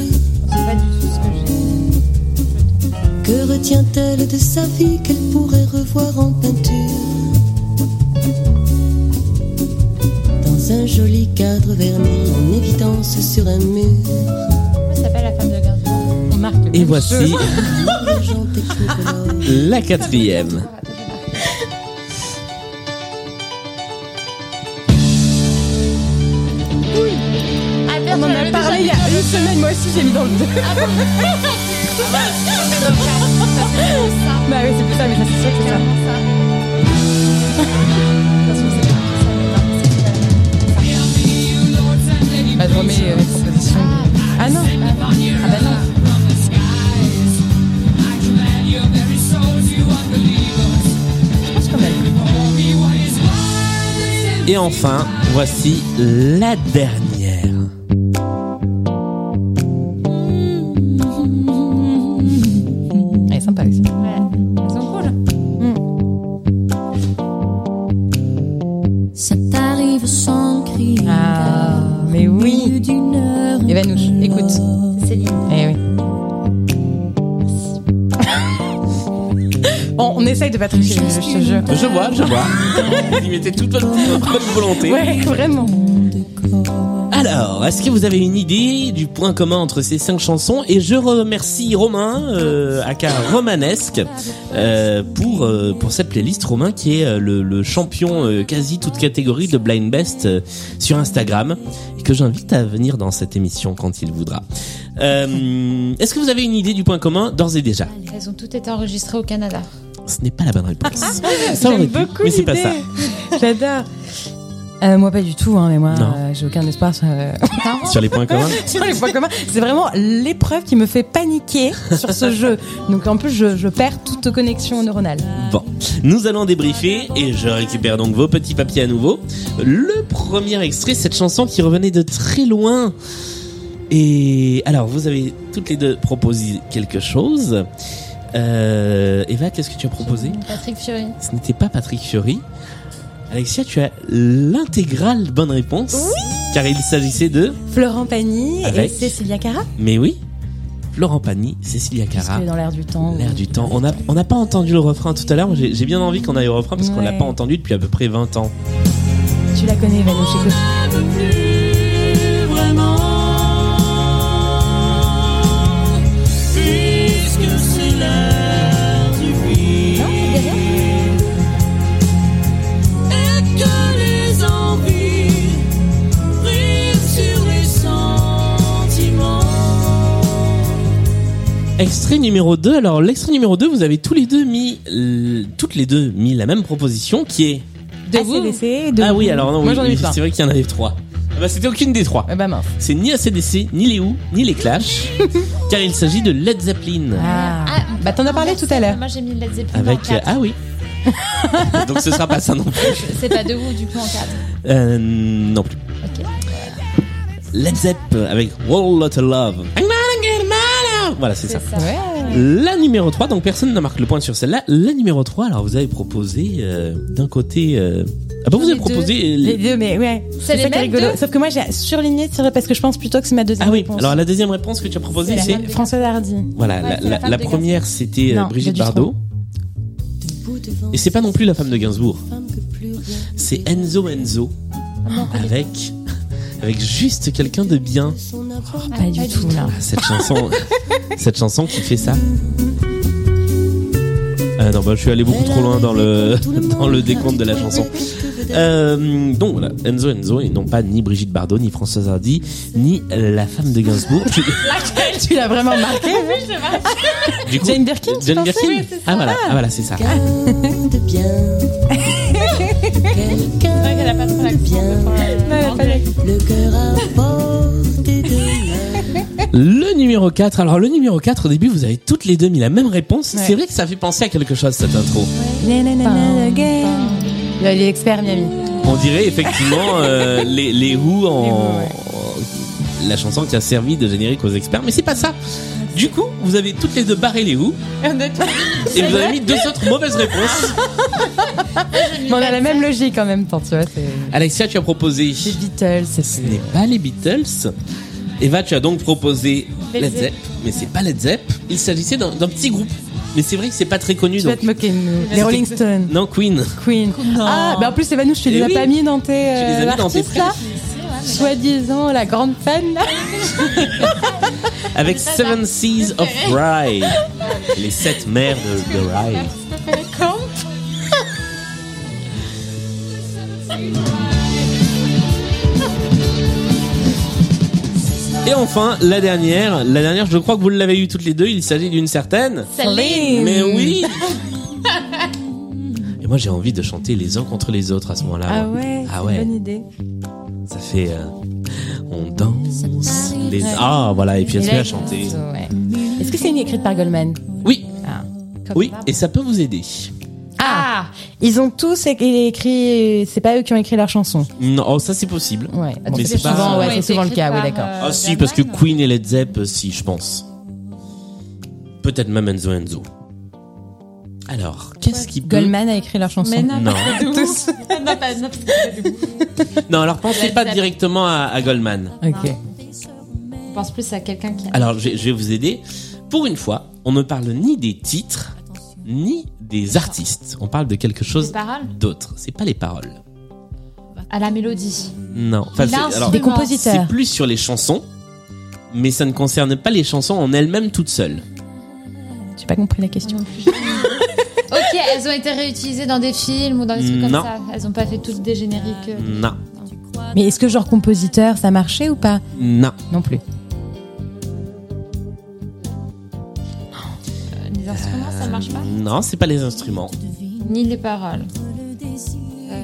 Speaker 3: C'est pas du tout ce que j'ai.
Speaker 5: Que retient-elle de sa vie qu'elle pourrait revoir en peinture Dans un joli cadre verni en évidence sur un mur.
Speaker 3: Comment ça s'appelle la femme de Gainsbourg
Speaker 4: On marque. le
Speaker 2: Et
Speaker 4: même
Speaker 2: voici
Speaker 4: jeu.
Speaker 5: l'argent technicolore.
Speaker 2: la quatrième.
Speaker 3: Ah,
Speaker 4: On en a parlé il y a une semaine, moi aussi j'ai mis dans le 2. bah oui, c'est plus ça, mais ça c'est sûr que c'est ça.
Speaker 3: ça.
Speaker 9: Bah, je remets euh, mes propositions. Ah non Ah bah non Je pense qu'on a eu.
Speaker 2: Et enfin, voici la dernière.
Speaker 4: Elle est sympa aussi.
Speaker 3: Elles sont cool.
Speaker 10: Ça t'arrive sans crier.
Speaker 4: Ah, mais oui. Evanouche, écoute.
Speaker 3: Céline.
Speaker 4: Eh oui. on, on essaye de pas tricher, je te jure.
Speaker 2: Je vois, je vois. Vous y mettez toute votre bonne volonté.
Speaker 4: Ouais, vraiment.
Speaker 2: Alors, est-ce que vous avez une idée du point commun entre ces cinq chansons Et je remercie Romain, euh, aka Romanesque, euh, pour euh, pour cette playlist. Romain qui est euh, le, le champion euh, quasi toute catégorie de Blind Best euh, sur Instagram et que j'invite à venir dans cette émission quand il voudra. Euh, est-ce que vous avez une idée du point commun d'ores et déjà
Speaker 3: Elles ont toutes été enregistrées au Canada.
Speaker 2: Ce n'est pas la bonne réponse. Ça aurait
Speaker 9: J'aime
Speaker 2: pu,
Speaker 9: beaucoup
Speaker 2: mais c'est pas ça.
Speaker 9: l'idée. J'adore.
Speaker 4: Euh, moi, pas du tout, hein, mais moi,
Speaker 2: Non.
Speaker 4: euh, j'ai aucun espoir sur, euh,
Speaker 2: Sur les points communs
Speaker 4: sur les points communs. C'est vraiment l'épreuve qui me fait paniquer sur ce jeu. Donc, en plus, je, je perds toute connexion neuronale.
Speaker 2: Bon, nous allons débriefer et je récupère donc vos petits papiers à nouveau. Le premier extrait, cette chanson qui revenait de très loin. Et alors, vous avez toutes les deux proposé quelque chose. Euh, Eva, qu'est-ce que tu as proposé
Speaker 3: Patrick Fury.
Speaker 2: Ce n'était pas Patrick Fiori. Alexia, tu as l'intégrale bonne réponse. car il s'agissait de,
Speaker 4: Florent Pagny
Speaker 2: Avec
Speaker 4: et Cécilia Cara.
Speaker 2: mais oui, Florent Pagny, Cécilia Cara.
Speaker 4: Puisque dans l'air du temps.
Speaker 2: L'air du temps. On n'a on n'a pas entendu le refrain tout à l'heure. J'ai j'ai bien envie qu'on aille au refrain parce qu'on
Speaker 4: Ouais.
Speaker 2: l'a pas entendu depuis à peu près 20 ans.
Speaker 4: Tu la connais, Vanouche, écoute.
Speaker 10: Non,
Speaker 4: Ah,
Speaker 10: c'est derrière.
Speaker 2: Extrait numéro 2. Alors, l'extrait numéro 2, vous avez tous les deux mis, euh, toutes les deux mis la même proposition qui est.
Speaker 4: ACDC, de
Speaker 2: ah oui, alors non,
Speaker 4: Moi,
Speaker 2: oui,
Speaker 4: j'en ai
Speaker 2: oui,
Speaker 4: eu plein.
Speaker 2: c'est vrai qu'il y en avait trois. Ah bah, c'était aucune des trois.
Speaker 4: Eh ben, mince.
Speaker 2: C'est ni ACDC, ni les Who, ni les Clash, car il s'agit de Led Zeppelin.
Speaker 4: Ah. Bah, t'en as parlé tout à l'heure.
Speaker 3: Moi j'ai mis Led Zeppelin
Speaker 2: Avec.
Speaker 3: en
Speaker 2: euh,
Speaker 3: quatre.
Speaker 2: ah oui. Donc ce sera pas ça non plus.
Speaker 4: euh,
Speaker 3: C'est pas de vous du coup en 4.
Speaker 2: Euh, non plus.
Speaker 3: Ok.
Speaker 2: Led Zepp avec Whole Lot of Love. I'm gonna get mine out. Voilà, c'est ça.
Speaker 3: C'est ça.
Speaker 2: La numéro 3, donc personne ne marque le point sur celle-là. La numéro 3, alors vous avez proposé euh, d'un côté... euh, Ah bah vous
Speaker 3: Les
Speaker 2: avez proposé... euh,
Speaker 4: Les
Speaker 2: les-
Speaker 4: deux, mais ouais.
Speaker 3: C'est les
Speaker 4: ça qui est
Speaker 3: mêmes
Speaker 4: rigolo.
Speaker 3: deux
Speaker 4: Sauf que moi, j'ai surligné sur- parce que je pense plutôt que c'est ma deuxième
Speaker 2: Ah oui,
Speaker 4: réponse.
Speaker 2: alors la deuxième réponse que tu as proposée,
Speaker 3: C'est
Speaker 2: c'est...
Speaker 3: la-
Speaker 4: Françoise Hardy.
Speaker 2: Voilà,
Speaker 3: Ouais,
Speaker 2: la,
Speaker 3: c'est la
Speaker 2: la-
Speaker 3: femme
Speaker 2: la
Speaker 3: de
Speaker 2: première c'était euh,
Speaker 4: Non,
Speaker 2: Brigitte
Speaker 4: Jodie
Speaker 2: Bardot. Et c'est pas non plus la femme de Gainsbourg.
Speaker 3: Ah.
Speaker 2: C'est Enzo Enzo avec, avec juste quelqu'un de bien.
Speaker 4: Pas du tout, là.
Speaker 2: Ah, cette chanson, cette chanson qui fait ça. Ah non, bah, je suis allé beaucoup trop loin dans le, dans le décompte de la chanson. Euh, donc voilà, Enzo Enzo, et non pas ni Brigitte Bardot, ni Françoise Hardy, ni la femme de Gainsbourg. Tu-
Speaker 4: tu l'as vraiment marqué.
Speaker 2: du coup,
Speaker 4: Jane Birkin, tu
Speaker 2: Jane
Speaker 4: pensais
Speaker 2: Birkin
Speaker 4: Oui, c'est ça.
Speaker 2: Ah voilà, ah, voilà c'est ça.
Speaker 9: C'est vrai qu'elle a pas trop l'accent.
Speaker 2: Le numéro 4, alors le numéro 4, au début, vous avez toutes les deux mis la même réponse.
Speaker 4: Ouais.
Speaker 2: C'est vrai que ça fait penser à quelque chose cette intro.
Speaker 4: Nanana again. Là, Il est expert, Miami.
Speaker 2: On dirait effectivement euh, les, les Who en. La chanson qui a servi de générique aux experts, mais c'est pas ça. Du coup, vous avez toutes les deux barré les Who et vous avez mis deux autres mauvaises réponses.
Speaker 4: Mais on a la même logique en même temps, tu vois. C'est
Speaker 2: Alexia, tu as proposé.
Speaker 4: les Beatles,
Speaker 2: Ce
Speaker 4: c'est
Speaker 2: n'est pas les Beatles. Eva, tu as donc proposé
Speaker 9: Led
Speaker 2: Led Zepp,
Speaker 9: Zepp.
Speaker 2: mais c'est pas Led Zepp. Il s'agissait d'un d'un petit groupe, mais c'est vrai que c'est pas très connu.
Speaker 4: Tu vas
Speaker 2: Donc...
Speaker 4: te moquer de nous.
Speaker 2: C'était-
Speaker 4: Les Rolling Stones,
Speaker 2: Non, Queen.
Speaker 4: Queen. Ah, bah en plus, Evanouche, tu
Speaker 2: Eh
Speaker 4: les as
Speaker 2: oui.
Speaker 4: pas mis dans tes.
Speaker 2: Tu les as
Speaker 4: euh,
Speaker 2: mis dans tes
Speaker 4: artistes, là Soi-disant, la grande fan, là.
Speaker 2: avec Seven Seas of Rye. Les sept mers de, de Rye. Et enfin, la dernière, la dernière, je crois que vous l'avez eu toutes les deux, il s'agit d'une certaine.
Speaker 4: Céline.
Speaker 2: Mais oui Et moi j'ai envie de chanter les uns contre les autres à ce moment-là.
Speaker 4: Ah
Speaker 2: moi.
Speaker 4: ouais,
Speaker 2: Ah
Speaker 4: c'est
Speaker 2: ouais.
Speaker 4: une bonne idée.
Speaker 2: Ça fait. euh, On danse les. Ah, voilà, et puis elle se met à chanter.
Speaker 4: Ouais. Est-ce que c'est une écrite par Goldman
Speaker 2: Oui. Oui, et ça peut vous aider.
Speaker 4: Ah Ils ont tous é- écrit. C'est pas eux qui ont écrit leurs chansons.
Speaker 2: Non, oh, ça c'est possible.
Speaker 4: Ouais.
Speaker 2: Mais
Speaker 4: Donc,
Speaker 2: c'est pas-
Speaker 4: souvent, ouais,
Speaker 2: Ouais,
Speaker 4: c'est
Speaker 2: c'est
Speaker 4: souvent le
Speaker 2: écrit
Speaker 4: cas.
Speaker 2: par,
Speaker 4: oui, d'accord.
Speaker 3: euh,
Speaker 2: Ah si, parce que Queen et Led Zepp, euh, si, je pense. Peut-être même Enzo Enzo. Alors, qu'est-ce qui peut...
Speaker 4: Goldman a écrit leurs chansons.
Speaker 3: Mais non,
Speaker 2: Non.
Speaker 3: pas de ouf. Ah, non, pas, non, pas de ouf.
Speaker 2: Non, alors pensez
Speaker 3: Led
Speaker 2: pas
Speaker 3: Zepp.
Speaker 2: directement à, à Goldman.
Speaker 4: Ok.
Speaker 3: On pense plus à quelqu'un qui.
Speaker 2: Alors, je, je vais vous aider. Pour une fois, on ne parle ni des titres, ni des artistes. On parle de quelque chose
Speaker 3: Des paroles
Speaker 2: d'autre. C'est pas les paroles.
Speaker 3: À la mélodie.
Speaker 2: Non. c'est-
Speaker 3: L'instrument.
Speaker 2: alors,
Speaker 3: Des compositeurs.
Speaker 2: C'est plus sur les chansons, mais ça ne concerne pas les chansons en elles-mêmes toutes seules.
Speaker 4: J'ai pas compris la question.
Speaker 3: ok, elles ont été réutilisées dans des films ou dans des trucs comme
Speaker 2: Non.
Speaker 3: ça. Elles ont pas fait toutes des génériques.
Speaker 4: Mm.
Speaker 3: euh,
Speaker 2: Non.
Speaker 4: Mais est-ce que genre compositeur, ça marchait ou pas
Speaker 2: Non.
Speaker 4: Non plus.
Speaker 3: Les instruments, ça marche
Speaker 4: Euh.
Speaker 3: pas.
Speaker 2: Non, c'est pas les instruments,
Speaker 3: Ni les paroles.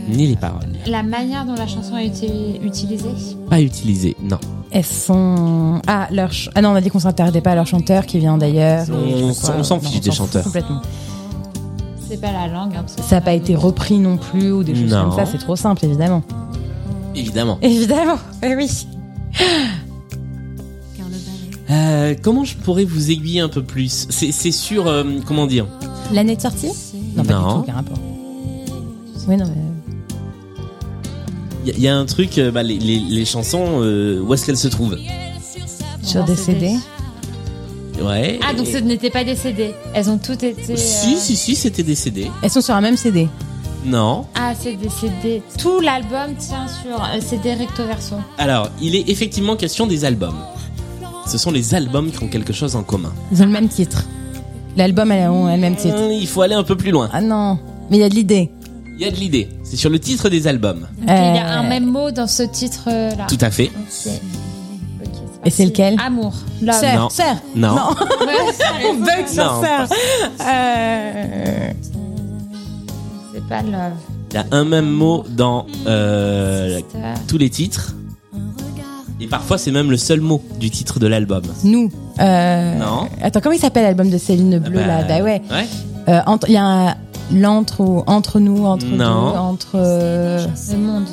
Speaker 2: ni les paroles.
Speaker 3: La manière dont la chanson a été utilisée.
Speaker 2: Pas utilisés, non.
Speaker 4: Elles sont. Ah, leur ch- ah non, on a dit qu'on s'interdait pas à leur chanteur qui vient d'ailleurs.
Speaker 2: On s'en- on s'en
Speaker 4: Non,
Speaker 2: fiche des
Speaker 4: fout
Speaker 2: chanteurs.
Speaker 4: Complètement.
Speaker 3: C'est pas la langue. hein, parce que
Speaker 4: Ça n'a pas été repris non plus ou des choses
Speaker 2: Non.
Speaker 4: comme ça, c'est trop simple évidemment.
Speaker 2: Évidemment.
Speaker 4: Évidemment, eh oui.
Speaker 2: Euh, comment je pourrais vous aiguiller un peu plus C'est c'est sur, euh, comment dire
Speaker 4: L'année de sortie Non, pas du tout,
Speaker 2: Non.
Speaker 4: aucun rapport. Oui, non, mais-
Speaker 2: Il y, a- y a un truc, euh, bah, les, les- les chansons, euh, où est-ce qu'elles se trouvent
Speaker 4: Sur des CD
Speaker 2: Ouais.
Speaker 3: Ah, donc ce
Speaker 2: Et-
Speaker 3: n'était pas des CD. Elles ont toutes été. euh,
Speaker 2: Si, si, si, c'était des CD.
Speaker 4: Elles sont sur un même CD.
Speaker 2: Non.
Speaker 3: Ah, c'est des CD. Tout l'album tient sur euh, CD recto verso.
Speaker 2: Alors, il est effectivement question des albums. Ce sont les albums qui ont quelque chose en commun.
Speaker 4: Ils ont le même titre. L'album, elle a elle a le même titre.
Speaker 2: Hum, Il faut aller un peu plus loin.
Speaker 4: Ah non, mais il y a de l'idée.
Speaker 2: Il y a de l'idée. C'est sur le titre des albums.
Speaker 3: Donc, Il y a
Speaker 4: Euh,
Speaker 3: un même mot dans ce euh, titre-là.
Speaker 2: Tout à fait.
Speaker 4: Et c'est lequel
Speaker 3: Amour. Love.
Speaker 4: Sœur,
Speaker 2: Non.
Speaker 4: sœur.
Speaker 2: Non.
Speaker 3: Ouais,
Speaker 4: On bug sur
Speaker 2: Non,
Speaker 4: sœur.
Speaker 2: pas-
Speaker 4: Euh,
Speaker 3: c'est pas love.
Speaker 2: Il y a un même mot dans euh,
Speaker 3: Sœur.
Speaker 2: tous les titres. Et parfois, c'est même le seul mot du titre de l'album.
Speaker 4: Nous. Euh,
Speaker 2: Non. Ah ben,
Speaker 4: Attends, comment il s'appelle l'album de Céline Bleu là Bah ouais.
Speaker 2: Ouais.
Speaker 4: Euh, entre- Il y a un- l'entre ou- entre nous, entre nous,
Speaker 2: Non.
Speaker 4: entre. euh,
Speaker 3: Le monde.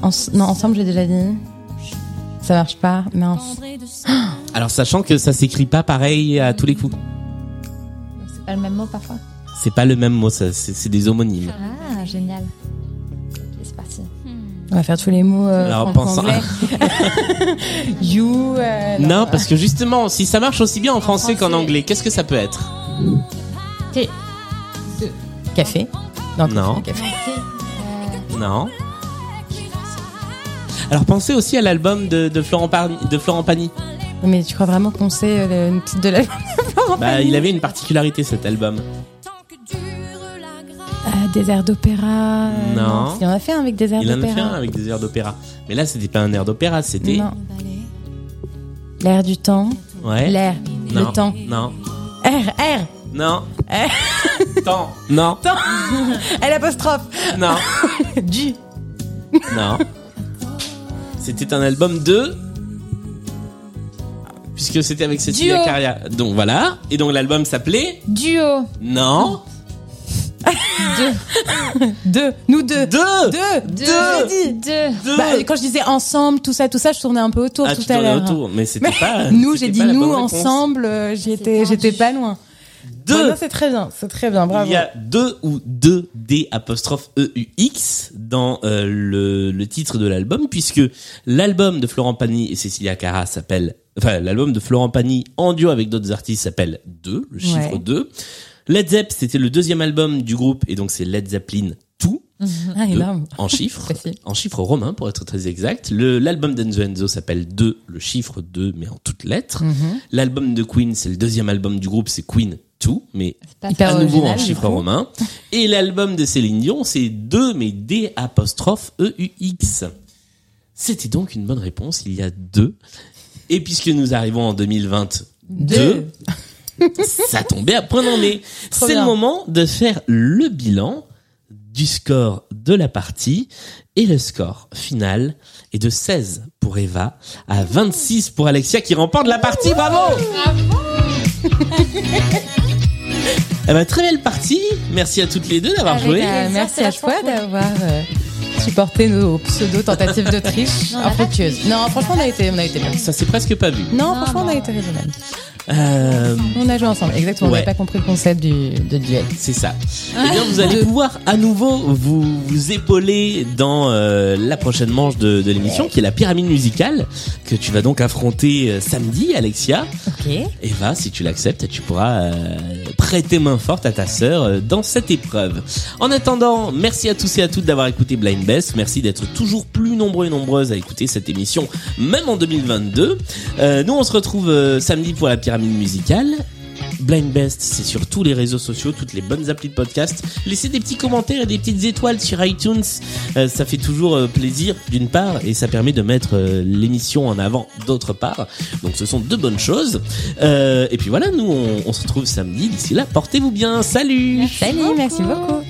Speaker 4: en- non, ensemble, j'ai déjà dit. Ça marche pas, mince.
Speaker 10: Ah.
Speaker 2: Alors, sachant que ça s'écrit pas pareil à tous les coups.
Speaker 3: Donc, C'est pas le même mot parfois.
Speaker 2: C'est pas le même mot, ça, c'est c'est des homonymes.
Speaker 3: Ah, génial. Ok, c'est parti.
Speaker 4: On va faire tous les mots euh,
Speaker 2: Alors,
Speaker 4: franco-anglais. you. euh,
Speaker 2: Non, parce que justement, si ça marche aussi bien en français qu'en anglais, qu'est-ce que ça peut être
Speaker 3: Thé.
Speaker 4: Café. Non.
Speaker 2: Non.
Speaker 4: café.
Speaker 2: Non. Alors, pensez aussi à l'album de, de Florent, Par- de Florent Pagny.
Speaker 4: Mais tu crois vraiment qu'on sait euh, le titre de l'album
Speaker 2: Bah, il avait une particularité cet album.
Speaker 4: Ah, Des airs d'opéra. euh,
Speaker 2: Non.
Speaker 4: Il en a fait un avec des airs
Speaker 2: Il en a fait un
Speaker 4: d'opéra.
Speaker 2: avec des airs d'opéra. Mais là, c'était pas un air d'opéra, c'était.
Speaker 4: Non. L'air du temps.
Speaker 2: Ouais.
Speaker 4: L'air.
Speaker 2: Eh? Non.
Speaker 4: Le temps.
Speaker 2: Non.
Speaker 4: R, R.
Speaker 2: Non. Temps. Non.
Speaker 4: L apostrophe.
Speaker 2: Non.
Speaker 4: Du.
Speaker 2: Non. C'était un album de. Puisque c'était avec Cecilia
Speaker 3: Duo.
Speaker 2: Caria. Donc voilà. Et donc l'album s'appelait.
Speaker 3: Duo.
Speaker 2: Non.
Speaker 4: Deux. Nous deux.
Speaker 2: Deux.
Speaker 4: Deux.
Speaker 3: Deux.
Speaker 4: J'ai dit.
Speaker 3: Deux.
Speaker 2: Deux.
Speaker 4: Bah, quand je disais ensemble, tout ça, tout ça, je tournais un peu autour
Speaker 2: ah,
Speaker 4: tout
Speaker 2: tu
Speaker 4: à
Speaker 2: tournais
Speaker 4: l'heure.
Speaker 2: autour. Mais c'était pas.
Speaker 4: Nous,
Speaker 2: c'était
Speaker 4: j'ai
Speaker 2: pas la
Speaker 4: dit nous
Speaker 2: bonne réponse.
Speaker 4: ensemble, euh, j'étais,
Speaker 3: tendu.
Speaker 4: j'étais pas loin. Bon,
Speaker 2: Deux.
Speaker 4: non, c'est très bien, c'est très bien, bravo.
Speaker 2: Il y a deux ou deux D apostrophe E U X dans euh, le, le titre de l'album puisque l'album de Florent Pagny et Cecilia Cara s'appelle enfin l'album de Florent Pagny en duo avec d'autres artistes s'appelle 2, le chiffre
Speaker 4: Ouais.
Speaker 2: 2. Led Zepp, c'était le deuxième album du groupe et donc c'est Led Zeppelin tout
Speaker 4: Ah,
Speaker 2: deux,
Speaker 4: énorme.
Speaker 2: en chiffres,
Speaker 4: Facile.
Speaker 2: en chiffres romains pour être très exact. Le- L'album d'Enzo Enzo s'appelle 2, le chiffre 2 mais en toutes lettres.
Speaker 4: Mhm.
Speaker 2: L'album de Queen, c'est le deuxième album du groupe, c'est Queen 2 mais
Speaker 3: C'est pas
Speaker 4: Hyper
Speaker 2: à nouveau en
Speaker 4: original, du
Speaker 2: chiffre
Speaker 4: coup.
Speaker 2: romain. Et l'album de Céline Dion, c'est 2, mais D apostrophe E-U-X. C'était donc une bonne réponse, il y a deux. Et puisque nous arrivons en 2022, ça tombait à point nommé.
Speaker 4: Trop
Speaker 2: C'est le
Speaker 4: bien.
Speaker 2: moment de faire le bilan du score de la partie. Et le score final est de 16 pour Eva à 26 pour Alexia qui remporte la partie. Bravo Eh ben, très belle partie. Merci à toutes les deux d'avoir
Speaker 4: Avec,
Speaker 2: joué.
Speaker 4: euh, merci à toi d'avoir euh, supporté nos pseudo-tentatives de triche infructueuses. Non, franchement, on a été, on a été bien.
Speaker 2: Ça s'est presque pas vu.
Speaker 4: Non, franchement, on a été raisonnable.
Speaker 2: Euh,
Speaker 4: On a joué ensemble, exactement. On
Speaker 2: Ouais.
Speaker 4: n'avait pas compris le concept du, de duel.
Speaker 2: C'est ça. Eh bien, vous allez pouvoir à nouveau vous, vous épauler dans euh, la prochaine manche de, de l'émission, qui est la pyramide musicale, que tu vas donc affronter euh, samedi, Alexia.
Speaker 4: Ok.
Speaker 2: Eva, si tu l'acceptes, tu pourras euh, prêter main forte à ta sœur euh, dans cette épreuve. En attendant, merci à tous et à toutes d'avoir écouté Blind Best. Merci d'être toujours plus nombreux et nombreuses à écouter cette émission, même en 2022. Euh, nous, on se retrouve euh, samedi pour la pyramide musicale. Blind Best, c'est sur tous les réseaux sociaux, toutes les bonnes applis de podcast. Laissez des petits commentaires et des petites étoiles sur iTunes. Euh, ça fait toujours euh, plaisir, d'une part, et ça permet de mettre euh, l'émission en avant, d'autre part. Donc ce sont deux bonnes choses. Euh, et puis voilà, nous, on, on se retrouve samedi. D'ici là, portez-vous bien. Salut
Speaker 4: Salut, merci beaucoup.